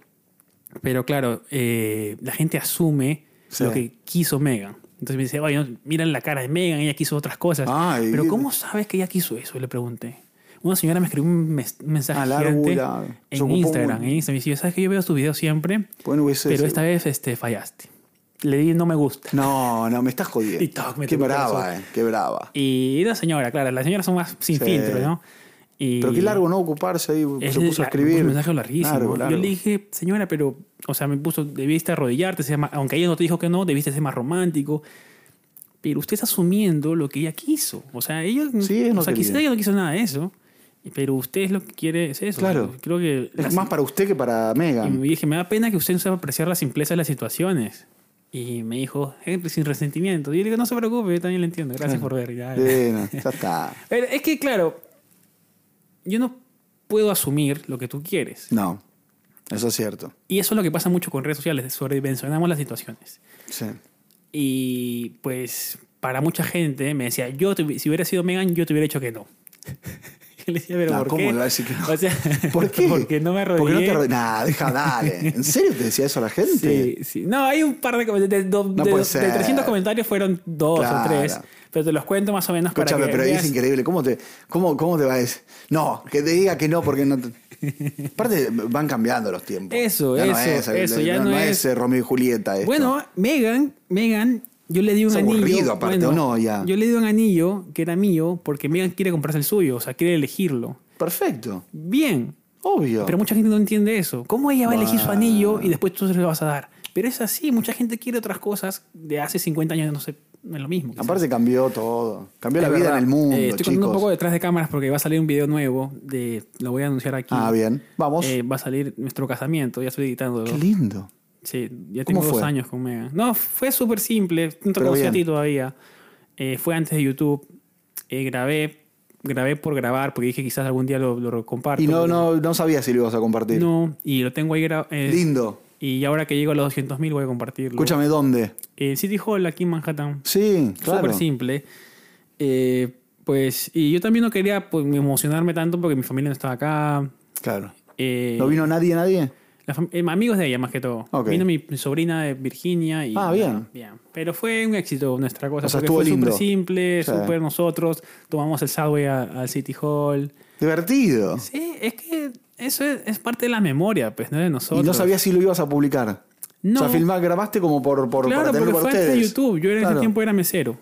Pero claro, eh, la gente asume
Sí.
lo que quiso Megan. Entonces me dice, oye, no, miran la cara de Megan, ella quiso otras cosas.
Ay.
Pero ¿cómo sabes que ella quiso eso? Le pregunté. Una señora me escribió un, mes- un mensaje
Al árbol,
gigante
a- se
en
ocupó
Instagram.
un-
En Instagram. Me dice, sabes que yo veo tu video siempre,
Bueno, Pues hubiese
pero
sido-
esta vez este, fallaste. Le di no me gusta.
No, no, me estás jodiendo.
TikTok me
qué
tocó el
brava,
corazón.
eh, qué brava.
Y una señora, claro, las señoras son más sin
Sí.
filtro, ¿no? Y
Pero qué largo no ocuparse ahí,
es
se puso a
la-
escribir.
Un mensaje larguísimo.
Largo, largo.
Yo le dije, señora, pero, o sea, me puso, debiste arrodillarte, ser más- aunque ella no te dijo que no, debiste ser más romántico. Pero usted está asumiendo lo que ella quiso. O sea, ella,
Sí, ella
o
no
sea,
quería.
quizá ella no quiso nada de eso. Pero usted es lo que quiere, es eso.
Claro.
Creo que la-
Es más para usted que para
Y
Megan.
me dije, me da pena que usted no sepa apreciar la simpleza de las situaciones. Y me dijo, "Henry, sin resentimiento. Y yo le digo, no se preocupe, yo también lo entiendo. Gracias por ver. Ya.
Sí, no, ya está.
Pero es que, claro, yo no puedo asumir lo que tú quieres.
No, eso es cierto.
Y eso es lo que pasa mucho con redes sociales, sobredimensionamos las situaciones.
Sí.
Y pues para mucha gente me decía, yo te- si hubiera sido Megan, yo te hubiera dicho que no. Y le decía, pero
No,
¿por
¿cómo
qué?
le va a decir que no?
O sea,
¿Por qué?
Porque no me arrodillé.
Porque no te arrodillé. Nah, deja, dale. ¿En serio te decía eso a la gente?
Sí, sí. No, hay un par de comentarios. De, de-
No
de-
puede
de
ser.
300 comentarios fueron dos
Claro.
o tres. Pero te los cuento más o menos para
Escúchame,
que
pero ahí
veas.
es increíble. ¿Cómo te, cómo, ¿Cómo te va a decir? No, que te diga que no porque no te... Aparte, van cambiando los tiempos.
Eso,
Ya
eso, eso, ya no es-
eh, Romeo y Julieta esto.
Bueno, Megan, Megan, yo le di un
Es
anillo.
aburrido, aparte,
bueno,
¿o no? Ya.
Yo le di un anillo que era mío porque Megan quiere comprarse el suyo, o sea, quiere elegirlo.
Perfecto,
Bien,
obvio.
pero mucha gente no entiende eso. ¿Cómo ella va a elegir su
Bah.
anillo y después tú se lo vas a dar? Pero es así, mucha gente quiere otras cosas de hace 50 años, no sé, no es lo mismo. quizás.
Aparte cambió todo. Cambió la
Es
vida
verdad.
en el mundo,
Eh, estoy
chicos.
contando un poco detrás de cámaras porque va a salir un video nuevo. De, lo voy a anunciar aquí.
Ah, bien. Vamos.
Eh, va a salir nuestro casamiento. Ya estoy editando.
Qué lindo.
Sí, ya
¿Cómo
tengo dos
fue?
años con Mega. No, fue súper simple. No
Pero
tocó
bien.
ti todavía. Eh, fue antes de YouTube. Eh, grabé, grabé por grabar, porque dije quizás algún día lo, lo comparto.
Y no,
pero-
no, no sabía si lo ibas a compartir.
No, y lo tengo ahí grabado.
Lindo.
y ahora que llego a los 200.000 voy a compartirlo.
Escúchame, ¿dónde?
Eh, City Hall, aquí en Manhattan.
Sí, claro.
Súper simple. Eh, pues, y yo también no quería pues, emocionarme tanto porque mi familia no estaba acá.
Claro.
Eh,
¿No vino nadie, nadie?
la fam- eh, amigos de ella, más que todo.
Ok.
Vino mi mi sobrina de Virginia. Y,
Ah, bien.
Pero fue un éxito nuestra cosa.
O sea,
porque
estuvo
fue
lindo.
súper simple,
Sí.
súper nosotros. Tomamos el subway a- al City Hall.
Divertido.
Sí, es que eso es, es parte de la memoria, pues, no de nosotros.
Y no sabía si lo ibas a publicar.
No.
O sea, filmar, grabaste como por, por
Claro,
para
porque
tenerlo
fue
para
antes de
ustedes.
YouTube. Yo en ese
Claro.
tiempo era mesero.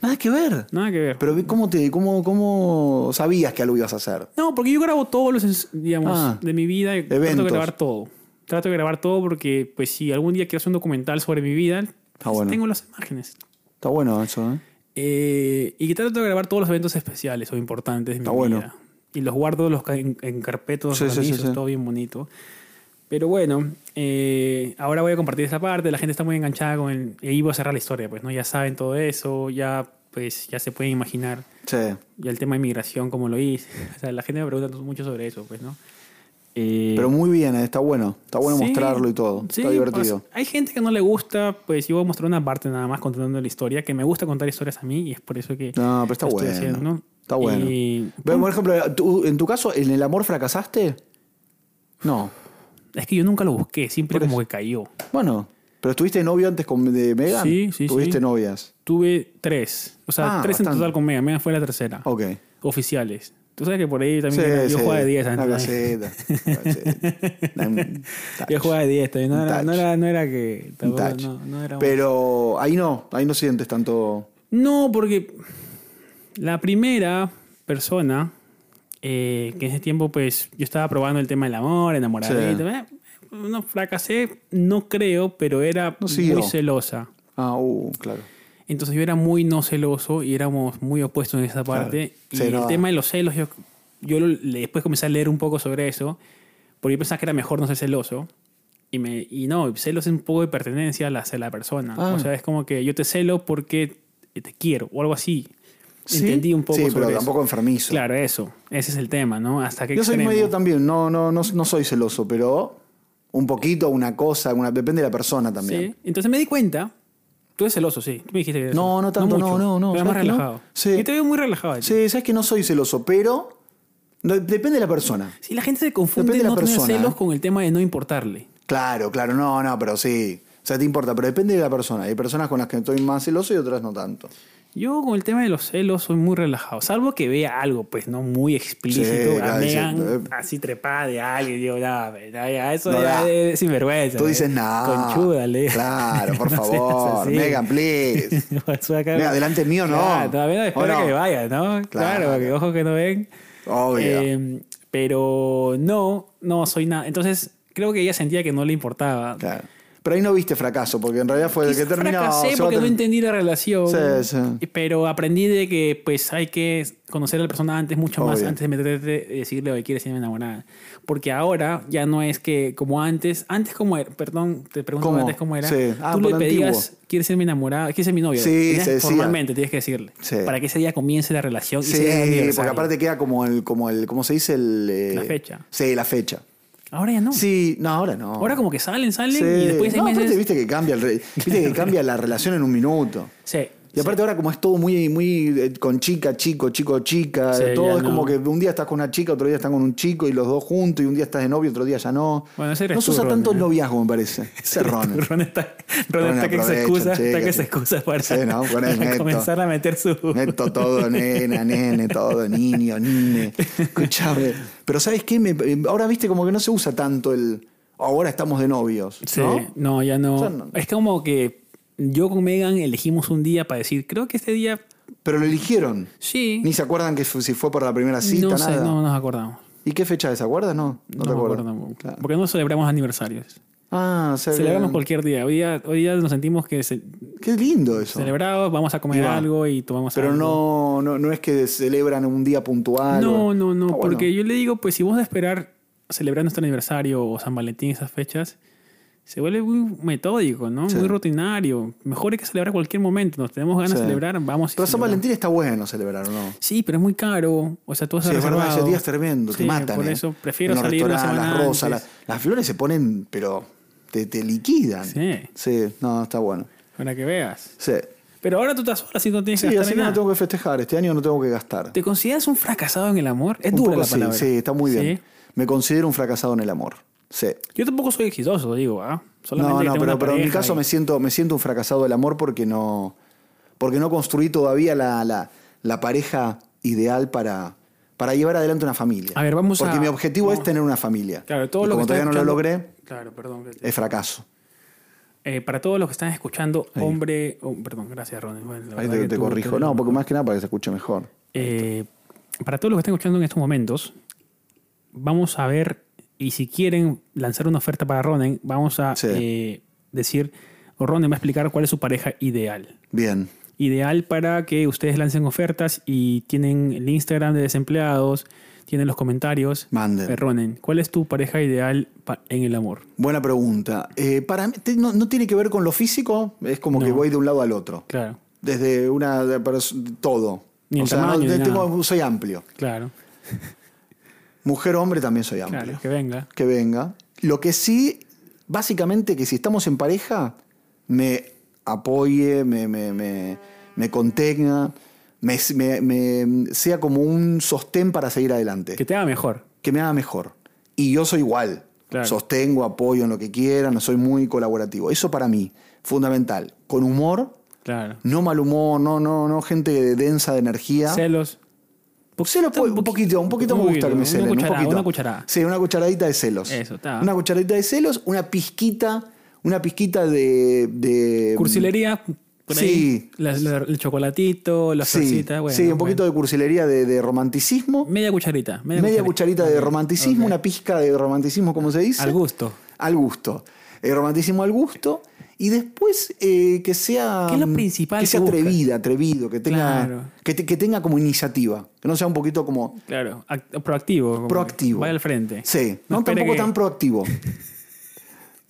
Nada que ver.
Nada que ver.
Pero vi cómo te, cómo, cómo sabías que algo ibas a hacer.
No, porque yo grabo todos los, ens- digamos,
Ah,
de mi vida. y Trato
eventos.
de grabar todo. Trato de grabar todo porque, pues, si algún día quiero hacer un documental sobre mi vida, pues,
Ah, bueno.
tengo las imágenes.
Está bueno eso, ¿eh?
Eh, y que trato de grabar todos los eventos especiales o importantes de mi
Está Ah, bueno.
vida. Y los guardo los ca- en, en carpetos,
Sí, sí, sí,
organizos,
sí.
todo bien bonito. Pero bueno, eh, ahora voy a compartir esa parte. La gente está muy enganchada con el... Y ahí voy a cerrar la historia, pues, ¿no? Ya saben todo eso, ya, pues, ya se pueden imaginar
Sí.
ya el tema de migración, como lo hice. O sea, la gente me pregunta mucho sobre eso, pues, ¿no? Eh,
Pero muy bien, ¿eh? está bueno. Está bueno
sí,
mostrarlo y todo.
sí,
está divertido.
pues, hay gente que no le gusta, pues yo voy a mostrar una parte nada más contando la historia, que me gusta contar historias a mí y es por eso que
No, pero está
lo estoy
bueno.
haciendo.
Está bueno.
Y,
Pero, por ejemplo, ¿tú- ¿en tu caso, en el amor fracasaste? No.
es que yo nunca lo busqué, siempre
Por
como que cayó.
Bueno, pero estuviste novio antes con de Megan.
Sí, sí,
Tuviste
sí.
novias.
Tuve tres, o sea,
Ah,
tres en
bastante.
total con Mega, Mega fue la tercera,
Ok.
oficiales. Tú sabes que por ahí también era- yo jugaba de 10
Una
antes. ¿no?
caseta. una caseta. Un touch.
Yo jugaba de 10 también, no
Un
era, no,
touch.
era, no era que...
Un
tampoco-
touch.
no, no era un-
Pero ahí no, ahí no sientes tanto.
No, porque la primera persona eh, que en ese tiempo, pues, yo estaba probando el tema del amor, enamoradito. eh, no fracasé, no creo, pero era
No siguió.
muy celosa.
Ah, uh, claro.
Entonces yo era muy no celoso y éramos muy opuestos en esa parte.
Sí,
Y el
no.
tema de los celos, yo, yo lo- le- después comencé a leer un poco sobre eso, porque yo pensaba que era mejor no ser celoso. Y, me, y no, celos es un poco de pertenencia a la, hacia la persona.
Ah.
O sea, es como que yo te celo porque te quiero o algo así.
¿Sí?
Entendí un poco
Sí,
sobre
pero
eso.
tampoco enfermizo.
Claro, eso. Ese es el tema, ¿no? Hasta que
Yo soy medio también, no, no, no, no soy celoso, pero un poquito, una cosa, una, depende de la persona también.
Entonces me di cuenta. Tú eres celoso, sí. Tú me dijiste que eres
No,
celoso.
no tanto, no,
mucho,
no, no,
Pero
¿sabes
más
que no?
relajado.
Sí.
Yo te veo muy relajado. a ti.
Sí, sabes que no soy celoso, pero no- depende de la persona.
Sí, la gente se confunde
Depende de la
no
persona,
tener celos
¿eh?
con el tema de no importarle.
Claro, claro, no, no, pero sí. O sea, te importa, pero depende de la persona. Hay personas con las que estoy más celoso y otras no tanto.
Yo con el tema de los celos soy muy relajado, salvo que vea algo, pues no muy explícito,
Sí,
a
claro,
Megan
sí, eh.
así trepada de alguien, digo, ya, ya, ya, eso
No
ya
da.
es sinvergüenza.
Tú
eh.
dices nada.
Conchúdale.
Claro, por
No seas
favor.
así.
Megan, please.
Pasó acá.
Mira, delante mío no.
Claro, todavía espera
¿O no?
que vaya, ¿no? Claro, porque ojos que no ven.
Obvio.
Eh, pero no, no soy nada. Entonces, creo que ella sentía que no le importaba.
Claro. Pero ahí no viste fracaso, porque en realidad fue el Pues que
Quizás
terminó. se va a
fracasé porque no
terminar.
entendí la relación.
Sí, sí.
Pero aprendí de que pues hay que conocer a la persona antes, mucho más,
Obvio.
antes de meterte y decirle, oye, quieres ser enamorada. Porque ahora ya no es que como antes, antes como era, perdón, te pregunto
¿Cómo?
antes cómo era,
Sí. Ah,
tú le
por
pedías,
antiguo.
quieres ser mi enamorada, quieres ser mi novia.
Sí,
Tenías-
se decía.
Formalmente tienes que decirle.
Sí.
Para que ese día comience la relación. y
Sí,
sea el
porque
aniversario.
aparte queda como el, como el, ¿cómo se dice? El, eh,
La fecha.
Sí, la fecha.
Ahora ya no.
Sí, no, ahora no.
Ahora como que salen, salen
Sí.
y después de seis
No, aparte
meses...
viste que cambia el re- viste que cambia la relación en un minuto.
Sí.
Y aparte ahora como es todo muy, muy eh, con chica, chico, chico, chica,
Sí, ya
todo es
no.
como que un día estás con una chica, otro día estás con un chico y los dos juntos y un día estás de novio, otro día ya no.
Bueno, ese eres
no
tú,
se usa
Ron,
tanto
¿eh?
el noviazgo, me parece. Ese Ron.
Ron está, Ron
Ron
está que se
aprovecha,
excusa,
che,
está que
que-
se excusa para,
Sí, ¿no? Con el
para
neto.
comenzar a meter su...
Neto todo, nena, nene, todo, niño, nene. Escuchame. Pero ¿sabes qué? Me- eh, ahora viste como que no se usa tanto el. Ahora estamos de novios.
Sí,
¿no?
¿No? ya no.
O sea, no.
Es como que yo con Megan elegimos un día para decir, creo que este día
Pero lo eligieron.
sí.
Ni se acuerdan que fu- si fue por la primera cita,
no
nada.
sé, no nos acordamos.
¿Y qué fecha es? ¿Se acuerdas? No, no,
No,
te
me
acuerdo.
acuerdo tampoco.
Claro.
Porque no celebramos aniversarios.
Ah, se
Celebramos cualquier día. Hoy día, hoy día nos sentimos que se-
Qué lindo eso.
celebrados, vamos a comer
Y va.
algo y tomamos
Pero
algo.
no, no, no es que celebran un día puntual.
No,
o-
no, no,
Está Ah, bueno.
porque yo le digo, pues si vos de esperar celebrar nuestro aniversario o San Valentín, esas fechas, se vuelve muy metódico, ¿no?
Sí.
Muy rutinario. Mejor hay que celebrar cualquier momento. Nos tenemos ganas
Sí.
de celebrar, vamos. y
Pero San
celebramos.
Valentín está bueno celebrar, ¿o ¿no?
Sí, pero es muy caro. O sea, tú has
Sí, es verdad, ese
reservado.
día es tremendo, te
Sí,
matan.
Por
¿eh?
eso prefiero
En los
salir una
restaurantes,
semana
las rosas,
antes.
la- las flores se ponen, pero te, te liquidan.
Sí.
Sí, no, está bueno.
Para que veas.
Sí,
Pero ahora tú estás sola, así que no tienes que
sí
gastar
así
en
que no
nada.
tengo que festejar. Este año no tengo que gastar.
¿Te consideras un fracasado en el amor? Es
Un
dura
poco
la
sí,
palabra.
Sí, está muy bien.
Sí.
Me considero un fracasado en el amor. Sí.
Yo tampoco soy exitoso, digo, ¿ah? Solamente
no,
que
no,
tengo
pero,
una
pero en mi
pareja
caso
y-
me siento, me siento un fracasado del amor porque no, porque no construí todavía la, la- la pareja ideal para, para llevar adelante una familia.
A ver, vamos
porque
a-
mi objetivo es tener una familia.
Claro, todo
Y
lo
como
que
todavía
están
no lo
escuchando-
logré,
Claro, perdón. que te-
es fracaso.
Eh, para todos los que están escuchando,
Ahí.
hombre. oh, perdón, gracias, Ronnie. Bueno, la
Ahí
verdad
te,
que
te
tú-
corrijo.
tú-
No, porque más que nada para que se escuche mejor.
Eh, para todos los que están escuchando en estos momentos, vamos a ver, y si quieren lanzar una oferta para Ronen, vamos a
Sí.
eh, decir, o Ronen va a explicar cuál es su pareja ideal.
Bien.
Ideal para que ustedes lancen ofertas y tienen el Instagram de desempleados, tienen los comentarios.
Manden.
Eh, Ronen, ¿cuál es tu pareja ideal pa- en el amor?
Buena pregunta. Eh, para mí, te- no, no tiene que ver con lo físico, es como que
No.
voy de un lado al otro.
Claro,
Desde una. de- pero es todo.
Ni el
o sea, no-
tamaño,
de-
ni
tengo-
nada.
soy amplio.
claro,
Mujer o hombre también soy amplio.
claro, que venga.
Que venga. Lo que sí, básicamente, que si estamos en pareja, me apoye, me, me, me, me contenga, me, me- me- sea como un sostén para seguir adelante.
Que te haga mejor.
que me haga mejor. Y yo soy igual.
Claro.
Sostengo, apoyo en lo que quieran, soy muy colaborativo. Eso para mí, fundamental. Con humor,
Claro.
no mal humor, no, no, no gente densa de energía.
Celos. Po-
Celos, po- un,
poqui-
poquito, un poquito me gusta que me
una
celen. un
cucharada,
poquito.
una cucharada.
Sí, una cucharadita de celos.
Eso, está.
Una cucharadita de celos, una pizquita, una pizquita de. de
Cursilería, por ahí.
Em, Sí.
Las- la- el chocolatito, las
Sí,
florcitas, bueno,
sí, un
bueno.
poquito de cursilería de, de romanticismo.
Media cucharita. Media,
Media
cucharita.
cucharita de romanticismo, una pizca de romanticismo, como se dice.
Al gusto.
al gusto. El romanticismo al gusto. Y después eh, que sea.
¿Qué es lo principal
Que sea
que buscas?
atrevida, atrevido, que tenga,
Claro.
que, te- que tenga como iniciativa. Que no sea un poquito como.
Claro. act- proactivo. como que
Proactivo.
Vaya al frente.
Sí,
No
no,
espere
tampoco
que-
tan proactivo.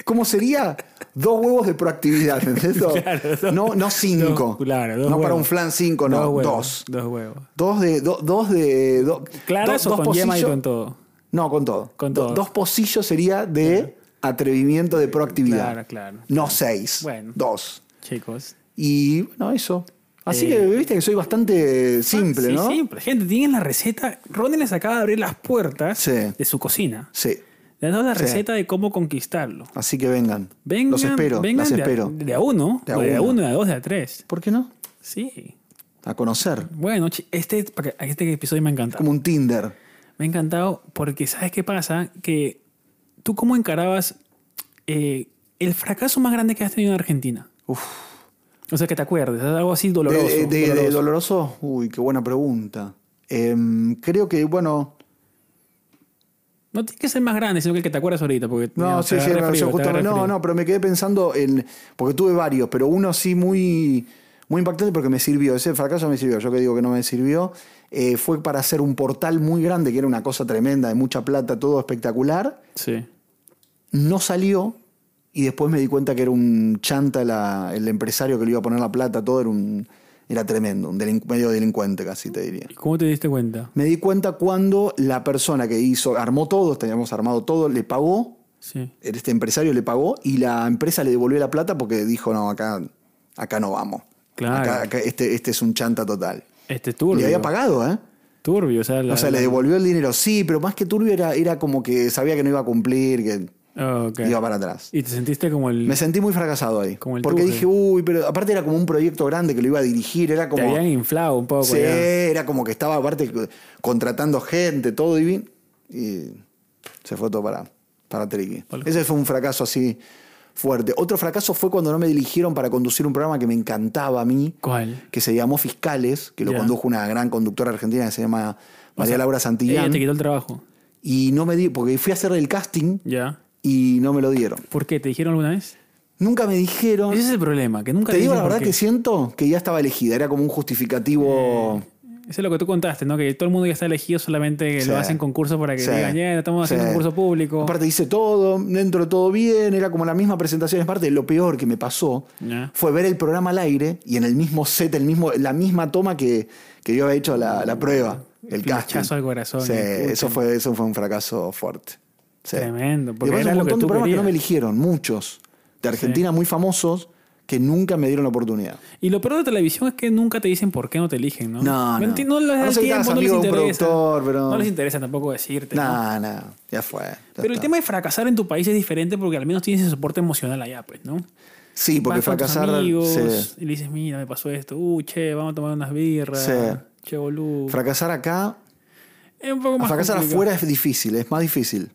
¿Cómo sería? Dos huevos de proactividad, ¿entendés?
Claro,
no, no cinco.
Dos- claro, dos
no para
huevos.
un flan cinco, no,
Dos
dos.
huevos.
Dos.
Dos huevos.
de. do- dos de. do-
¿Claras
do-
o
dos
con yema y
pocillos-
con todo?
No, con todo.
Con
Do-
todo.
dos pocillos sería de atrevimiento, de proactividad.
Claro, claro.
No seis.
Bueno.
Dos.
Chicos.
Y bueno, eso. Así
Eh. ah,
que viste que soy bastante simple,
Sí,
¿no?
simple. Gente, tienen la receta. Ronen les acaba de abrir las puertas
Sí.
de su cocina.
Sí.
Les ha dado la
Sí.
receta de cómo conquistarlo.
Así que vengan.
Vengan,
Los espero,
vengan
las
de, a-
espero.
de a uno,
De
de
a
a, de a
uno.
uno, de a dos, de a tres.
¿Por qué no?
Sí.
A conocer.
Bueno, chi- este, para que- este episodio me ha encantado.
Como un Tinder.
Me ha encantado porque ¿sabes qué pasa? Que tú cómo encarabas eh, el fracaso más grande que has tenido en Argentina.
Uf.
O sea, que te acuerdes, algo así
De-
doloroso.
de, de-
doloroso.
de doloroso. Uy, qué buena pregunta. Em, creo que, bueno.
no tiene que ser más grande, sino que el que te acuerdas ahorita. Porque,
No,
mira,
sí,
te
sí,
agarré
me
frío,
pareció
te
justo-
agarré
No,
frío.
no, pero me quedé pensando en. Porque tuve varios, pero uno sí muy, muy impactante porque me sirvió. Ese fracaso me sirvió. Yo que digo que no me sirvió. eh, fue para hacer un portal muy grande, que era una cosa tremenda, de mucha plata, todo espectacular.
Sí.
no salió y después me di cuenta que era un chanta la- el empresario que le iba a poner la plata, todo era un era tremendo, un delin- medio delincuente casi te diría.
¿Y cómo te diste cuenta?
Me di cuenta cuando la persona que hizo, armó todo, teníamos armado todo, le pagó,
Sí.
este empresario le pagó y la empresa le devolvió la plata porque dijo, no, acá, acá no vamos.
Claro.
Acá- acá este, este es un chanta total.
Este
Le
turbio.
había pagado, ¿eh?
Turbio, o sea, la-
o sea, le
la-
devolvió el dinero, sí, pero más que turbio era, era como que sabía que no iba a cumplir, que
Ah, ok.
iba para atrás.
Y te sentiste como el.
Me sentí muy fracasado ahí.
Como el
porque
Tuchel.
dije, uy, pero aparte era como un proyecto grande que lo iba a dirigir, era
Te
como.
habían inflado un poco.
Sí,
ya.
era como que estaba aparte contratando gente, todo y bien. Y se fue todo para, para Triqui.
Vale.
Ese fue un fracaso así fuerte. Otro fracaso fue cuando no me dirigieron para conducir un programa que me encantaba a mí,
¿Cuál?
que se llamó Fiscales, que lo
Ya.
condujo una gran conductora argentina que se llama María Laura
Ella
Santillán.
te quitó el trabajo.
Y no me di, porque fui a hacer el casting
Ya.
y no me lo dieron.
¿Por qué? ¿Te dijeron alguna vez?
Nunca me dijeron.
Ese es el problema, que nunca
Te digo
dicen
la
por
verdad
qué. Eh.
que siento que ya estaba elegida, era como un justificativo
Eso es lo que tú contaste, ¿no? Que todo el mundo ya está elegido, solamente
Sí.
lo hacen concurso para que
Sí.
digan, ya, estamos haciendo
Sí.
un concurso público.
Aparte dice todo, dentro todo bien, era como la misma presentación. Es parte de lo peor que me pasó
Ya.
fue ver el programa al aire y en el mismo set, el mismo, la misma toma que, que yo había hecho la, la prueba, el casting.
Flechazo al corazón.
Sí,
Pucha,
eso fue, eso fue un fracaso fuerte. Sí.
Tremendo,
Y
porque
aparte
era
un
lo que
montón
tú
de programas que no
querías.
me eligieron, muchos. De Argentina muy famosos que nunca me dieron la oportunidad.
Y lo peor de televisión es que nunca te dicen por qué no te eligen, ¿no?
No, no.
enti- No les
A
da
no
el
ser que
tiempo,
hagas
no les
amigo de un
interesa.
productor, pero-
No les interesa tampoco decirte. ¿no?
Nah, nah, ya fue. ya
Pero el
está.
tema de fracasar en tu país es diferente porque al menos tienes ese soporte emocional allá, pues, ¿no?
Sí, porque
Vas con tus
fracasar.
amigos
sí.
y le dices, mira, me pasó esto. Uh, che, vamos a tomar unas birras.
Sí.
Che, boludo.
Fracasar acá.
es un poco más
Fracasar
complicado.
afuera es difícil, es más difícil.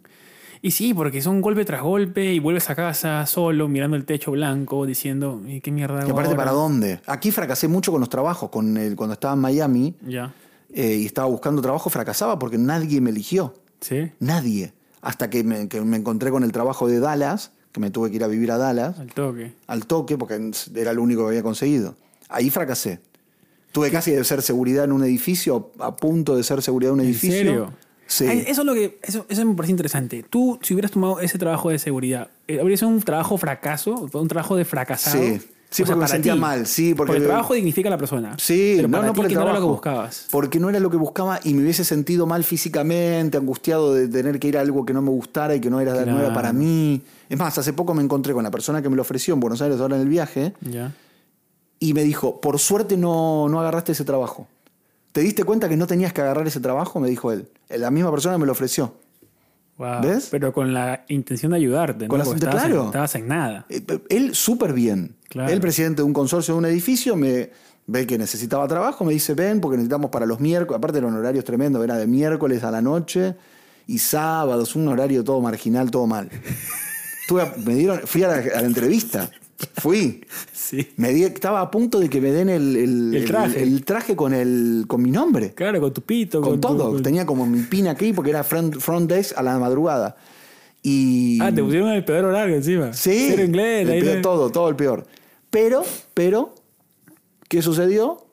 Y sí, porque son golpe tras golpe y vuelves a casa solo, mirando el techo blanco, diciendo, "¿Y ¿qué mierda hago
Y aparte,
ahora?".
¿para dónde? Aquí fracasé mucho con los trabajos. Con el, cuando estaba en Miami
Ya.
eh, y estaba buscando trabajo, fracasaba porque nadie me eligió.
Sí.
Nadie. Hasta que me, que me encontré con el trabajo de Dallas, que me tuve que ir a vivir a Dallas,
Al toque.
al toque, porque era lo único que había conseguido. Ahí fracasé. Tuve casi de ser seguridad en un edificio, a punto de ser seguridad en un edificio.
serio?
Sí.
Ay, Eso es lo que. Eso, eso me parece interesante. Tú, si hubieras tomado ese trabajo de seguridad, eh, ¿habría sido un trabajo fracaso? ¿Un trabajo de fracasado?
Sí. Sí, porque me
para
sentía
ti.
mal, sí, porque-
el trabajo dignifica a la persona.
Sí,
Pero
no,
para
no
ti
por el
que no era
trabajo.
lo que buscabas.
Porque no era lo que buscaba y me hubiese sentido mal físicamente, angustiado de tener que ir a algo que no me gustara y que no era, no era
Claro.
para mí. Es más, hace poco me encontré con la persona que me lo ofreció en Buenos Aires ahora en el viaje
Ya.
y me dijo, por suerte no, no agarraste ese trabajo. ¿Te diste cuenta que no tenías que agarrar ese trabajo? Me dijo él. La misma persona me lo ofreció.
Wow.
¿Ves?
Pero con la intención de ayudarte, ¿no?
Con la-
Porque estabas,
claro.
en, estabas en nada.
Eh, Él súper bien.
Claro.
El presidente de un consorcio de un edificio me ve que necesitaba trabajo, me dice, ven, porque necesitamos para los miércoles, aparte eran horarios tremendos, era de miércoles a la noche y sábados, un horario todo marginal, todo mal. Estuve a- me dieron, fui a la, a la entrevista, fui.
Sí.
Me di- estaba a punto de que me den el,
El traje.
el traje con, el, con mi nombre
Claro, con tu pito,
con,
con, tu-
todo.
con-
Tenía como mi pin aquí porque era front, front desk a la madrugada. Y.
Ah, te pusieron el peor horario encima.
Sí.
Cero inglés,
el
ahí
peor,
no-
todo, todo el peor. Pero, pero, ¿qué sucedió?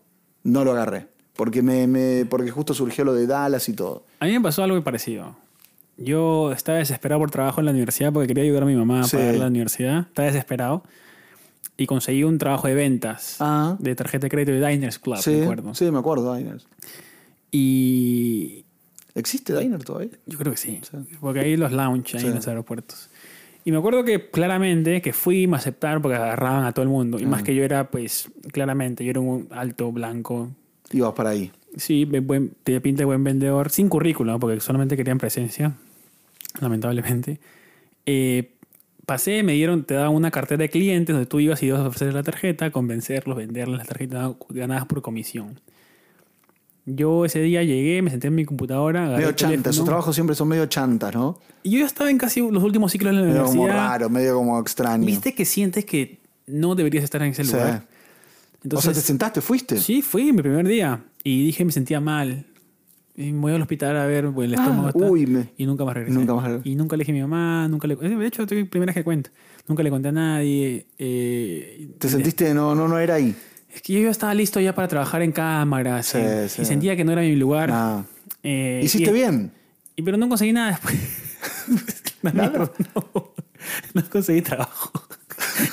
No lo agarré. Porque, me, me- porque justo surgió lo de Dallas y todo.
A mí me pasó algo parecido. Yo estaba desesperado por trabajo en la universidad porque quería ayudar a mi mamá a
Sí.
pagar la universidad. Estaba desesperado. Y conseguí un trabajo de ventas
Ah.
de tarjeta de crédito de Diners Club,
sí,
me acuerdo.
sí, me acuerdo, Diners.
Y
¿Existe Diner todavía?
yo creo que sí.
Sí.
Porque hay los lounge ahí
Sí.
en los aeropuertos. Y me acuerdo que claramente que fui y me aceptaron porque agarraban a todo el mundo.
Ah.
Y más que yo era, pues, claramente, yo era un alto, blanco.
Ibas para ahí.
Sí, de buen, tenía pinta de buen vendedor. Sin currículum, porque solamente querían presencia. Lamentablemente. Eh, pasé, me dieron, te daban una cartera de clientes donde tú ibas y ibas a ofrecer la tarjeta, convencerlos, venderles las tarjetas ganadas por comisión. Yo ese día llegué, me senté en mi computadora. agarré
Medio
el
chanta,
teléfono.
esos trabajos siempre son medio chantas, ¿no?
Y yo ya estaba en casi los últimos ciclos de la
Medio como
universidad.
raro, medio como extraño.
Eh, ah. Viste que sientes que no deberías estar en ese
Sí.
lugar.
o
Entonces,
sea, te sentaste, fuiste.
Sí, fui mi primer día. Y dije, me sentía mal. Y me voy al hospital a ver pues, el estómago. está-
Ah, uy, me-
Y nunca más regresé.
Nunca más.
Y nunca le dije a mi mamá, nunca le... De hecho, estoy primera vez que cuento. Nunca le conté a nadie. eh,
Te
y-
sentiste, no, no, no era ahí.
Es que yo ya estaba listo ya para trabajar en cámaras.
Sí,
y,
sí.
y sentía que no era mi lugar.
Ah.
Eh,
Hiciste
y-
bien.
y- pero no conseguí nada después. No, no, no conseguí trabajo.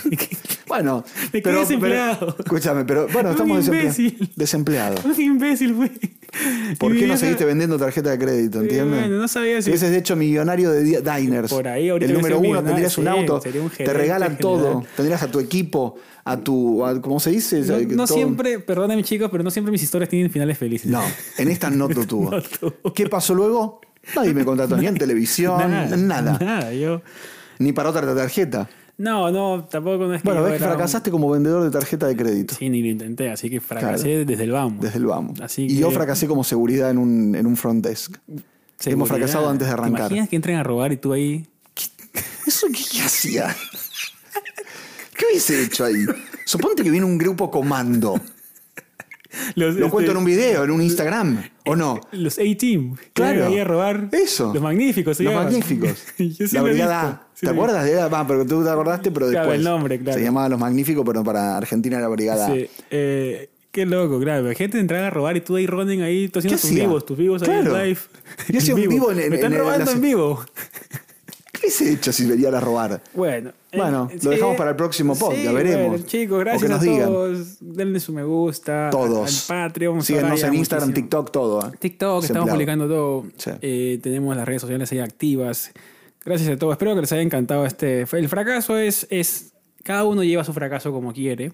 Bueno,
Me quedé desempleado.
escúchame, pero bueno,
Un
estamos
imbécil.
desempleados. Desempleado.
Un imbécil fui.
¿Por
Y mi
qué no
vieja-
seguiste vendiendo tarjeta de crédito, entiendes?
Bueno, no sabía
Si
si...
hubieses hecho millonario de di- diners.
Por ahí ahorita
El número
hubiese
uno,
millonario,
tendrías un
sí,
auto,
sería un
te
gerente
regalan
general.
todo. Tendrías a tu equipo, a tu. a- ¿Cómo se dice?
No, no
Todo.
siempre, perdóname chicos, pero no siempre mis historias tienen finales felices.
No, en esta no lo tuvo.
No tuvo.
¿Qué pasó luego? Nadie me contrató ni en televisión, nada.
Nada, yo...
Ni para otra tarjeta.
No, no, tampoco no es que
Bueno,
yo
ves que
era un-
fracasaste como vendedor de tarjeta de crédito.
Sí, ni lo intenté, así que fracasé desde el vamos.
Desde el vamos.
Así
Y yo
que-
fracasé como seguridad en un, en un front desk. Hemos
Seguridad.
fracasado antes de
¿Te
arrancar.
imaginas que entren a robar y tú ahí...
¿Eso qué, qué hacía? ¿Qué hubiese hecho ahí? Suponte que viene un grupo comando.
Los,
Lo
este,
cuento en un video, en un Instagram, ¿o no?
Los A-Team.
Claro.
Claro. a robar.
Eso.
Los magníficos. se
Los
llamaban.
Magníficos.
Yo sí
La
lo he
Brigada
visto.
A.
Sí
¿Te
lo he
acuerdas? Era- ah, pero tú te acordaste, pero
Claro,
después.
el nombre, claro.
Se llamaba Los Magníficos, pero para Argentina era Brigada
visto. Sí. Eh, Qué loco, claro. Hay gente entraba a robar y tú ahí Ronin ahí, tú haciendo
¿Qué
tus
hacía?
vivos, tus vivos
Claro.
ahí en live.
Yo hacía un vivo en- en-
Me están
en- en
robando
las-
en vivo.
¿Qué hubiese hecho si venían a robar?
Bueno. eh,
Bueno, lo dejamos para el próximo podcast,
sí,
veremos.
bueno, chicos,
O
gracias
que nos
a
digan.
todos. Denle su me gusta.
Todos.
Ah, Al Patreon.
Síguenos
Soraya,
en Instagram,
muchísimo.
TikTok, todo. ¿eh?
TikTok,
Siempre
estamos
hago.
publicando todo.
Sí.
Eh, tenemos las redes sociales ahí activas. Gracias a todos. Espero que les haya encantado este. El fracaso es, es. Cada uno lleva su fracaso como quiere.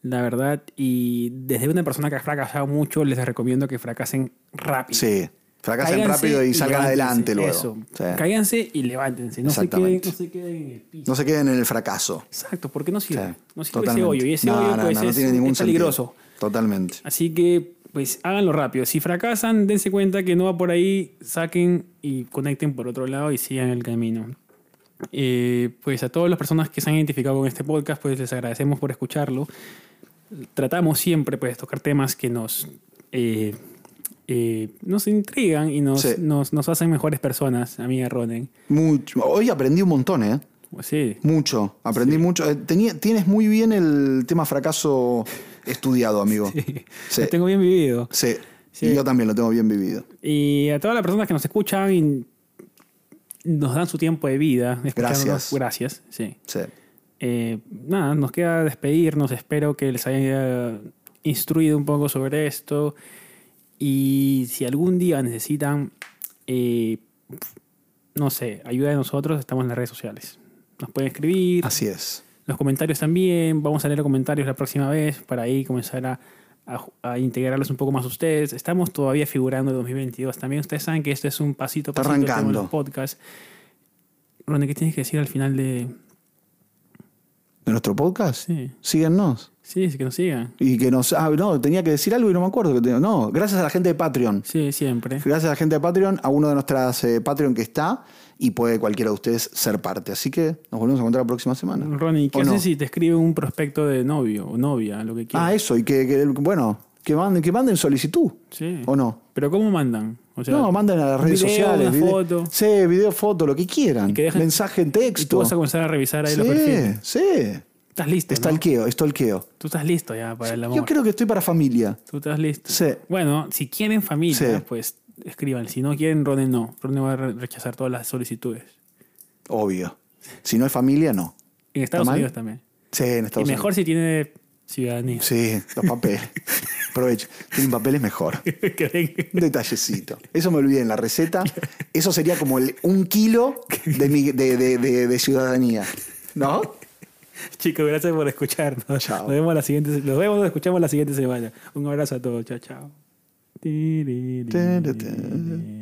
La verdad. Y desde una persona que ha fracasado mucho, les recomiendo que fracasen rápido.
Sí. Fracasen
Cáiganse
rápido y salgan
levántense.
adelante luego.
Eso.
Sí.
Cáiganse y levántense. No se, queden,
Exactamente.
no se queden en el piso.
No se queden en el fracaso.
Exacto, porque no sirve.
Sí,
no sirve
totalmente.
ese hoyo. Y ese
No,
hoyo
no,
pues,
no, no
es,
tiene ningún
es peligroso.
sentido. Totalmente.
Así que, pues, háganlo rápido. Si fracasan, dense cuenta que no va por ahí, saquen y conecten por otro lado y sigan el camino. Eh, pues a todas las personas que se han identificado con este podcast, pues les agradecemos por escucharlo. Tratamos siempre, pues, de tocar temas que nos... eh, eh, nos intrigan y nos,
Sí.
nos, nos hacen mejores personas, amiga Ronen.
Mucho. Hoy aprendí un montón, ¿eh?
Pues sí,
Mucho. Aprendí mucho. Eh, tenía- tienes muy bien el tema fracaso estudiado, amigo. Sí.
lo tengo bien vivido.
Sí.
Sí.
Y yo también lo tengo bien vivido.
Y a todas las personas que nos escuchan y nos dan su tiempo de vida. escuchándonos.
Gracias.
Gracias, sí.
Sí.
Eh, nada, nos queda despedirnos. Espero que les haya instruido un poco sobre esto. Y si algún día necesitan, eh, no sé, ayuda de nosotros, estamos en las redes sociales. Nos pueden escribir,
Así es.
los comentarios también. Vamos a leer los comentarios la próxima vez para ahí comenzar a, a- a integrarlos un poco más a ustedes. Estamos todavía figurando el 2022. También ustedes saben que esto es un pasito a
Está
pasito como en
arrancando.
los podcasts. Ronnie, ¿qué tienes que decir al final de...?
¿De nuestro podcast?
Sí,
Síguenos.
sí, es que nos sigan.
Y que nos. Ah, no, tenía que decir algo y no me acuerdo. que tenía- No, gracias a la gente de Patreon.
Sí, siempre.
Gracias a la gente de Patreon, a uno de nuestras eh, Patreon que está y puede cualquiera de ustedes ser parte. Así que nos volvemos a encontrar la próxima semana.
Ronnie, ¿qué
¿O
haces
no?
si te escribe un prospecto de novio o novia, lo que
Ah,
quieras?
eso. Y que, que, bueno, que manden, que manden solicitud.
sí.
¿O no?
¿Pero cómo mandan? O sea,
no, manden a las
un
redes
video,
sociales.
una
vide-
foto.
Sí, video, foto, lo que quieran.
que dejen-
Mensaje,
y tú
texto.
vas a comenzar a revisar ahí
sí,
los perfiles.
sí.
Estás listo, ¿no?
Estalqueo, estalqueo.
Tú estás listo ya para el amor.
Yo creo que estoy para familia.
Tú estás listo.
Sí.
Bueno, si quieren familia,
Sí.
pues escriban. Si no quieren, Ronen no. Ronen va a re- rechazar todas las solicitudes.
Obvio. Si no es familia, no.
En Estados
mal?
Unidos también.
Sí, en
Y
Estados
mejor si tiene ciudadanía.
Unidos. Sí, los papeles. Aprovecho. Tienen papeles mejor.
Que den-
Un detallecito. Eso me olvidé en la receta. Eso sería como el, un kilo de, mi- de- de- de- de ciudadanía. ¿No?
Chicos, gracias por escucharnos.
Chao.
Nos vemos la siguiente, nos vemos, nos escuchamos la siguiente semana. Un abrazo a todos. Chao, chao. Tiri, tiri,
Te, te, te.
tiri.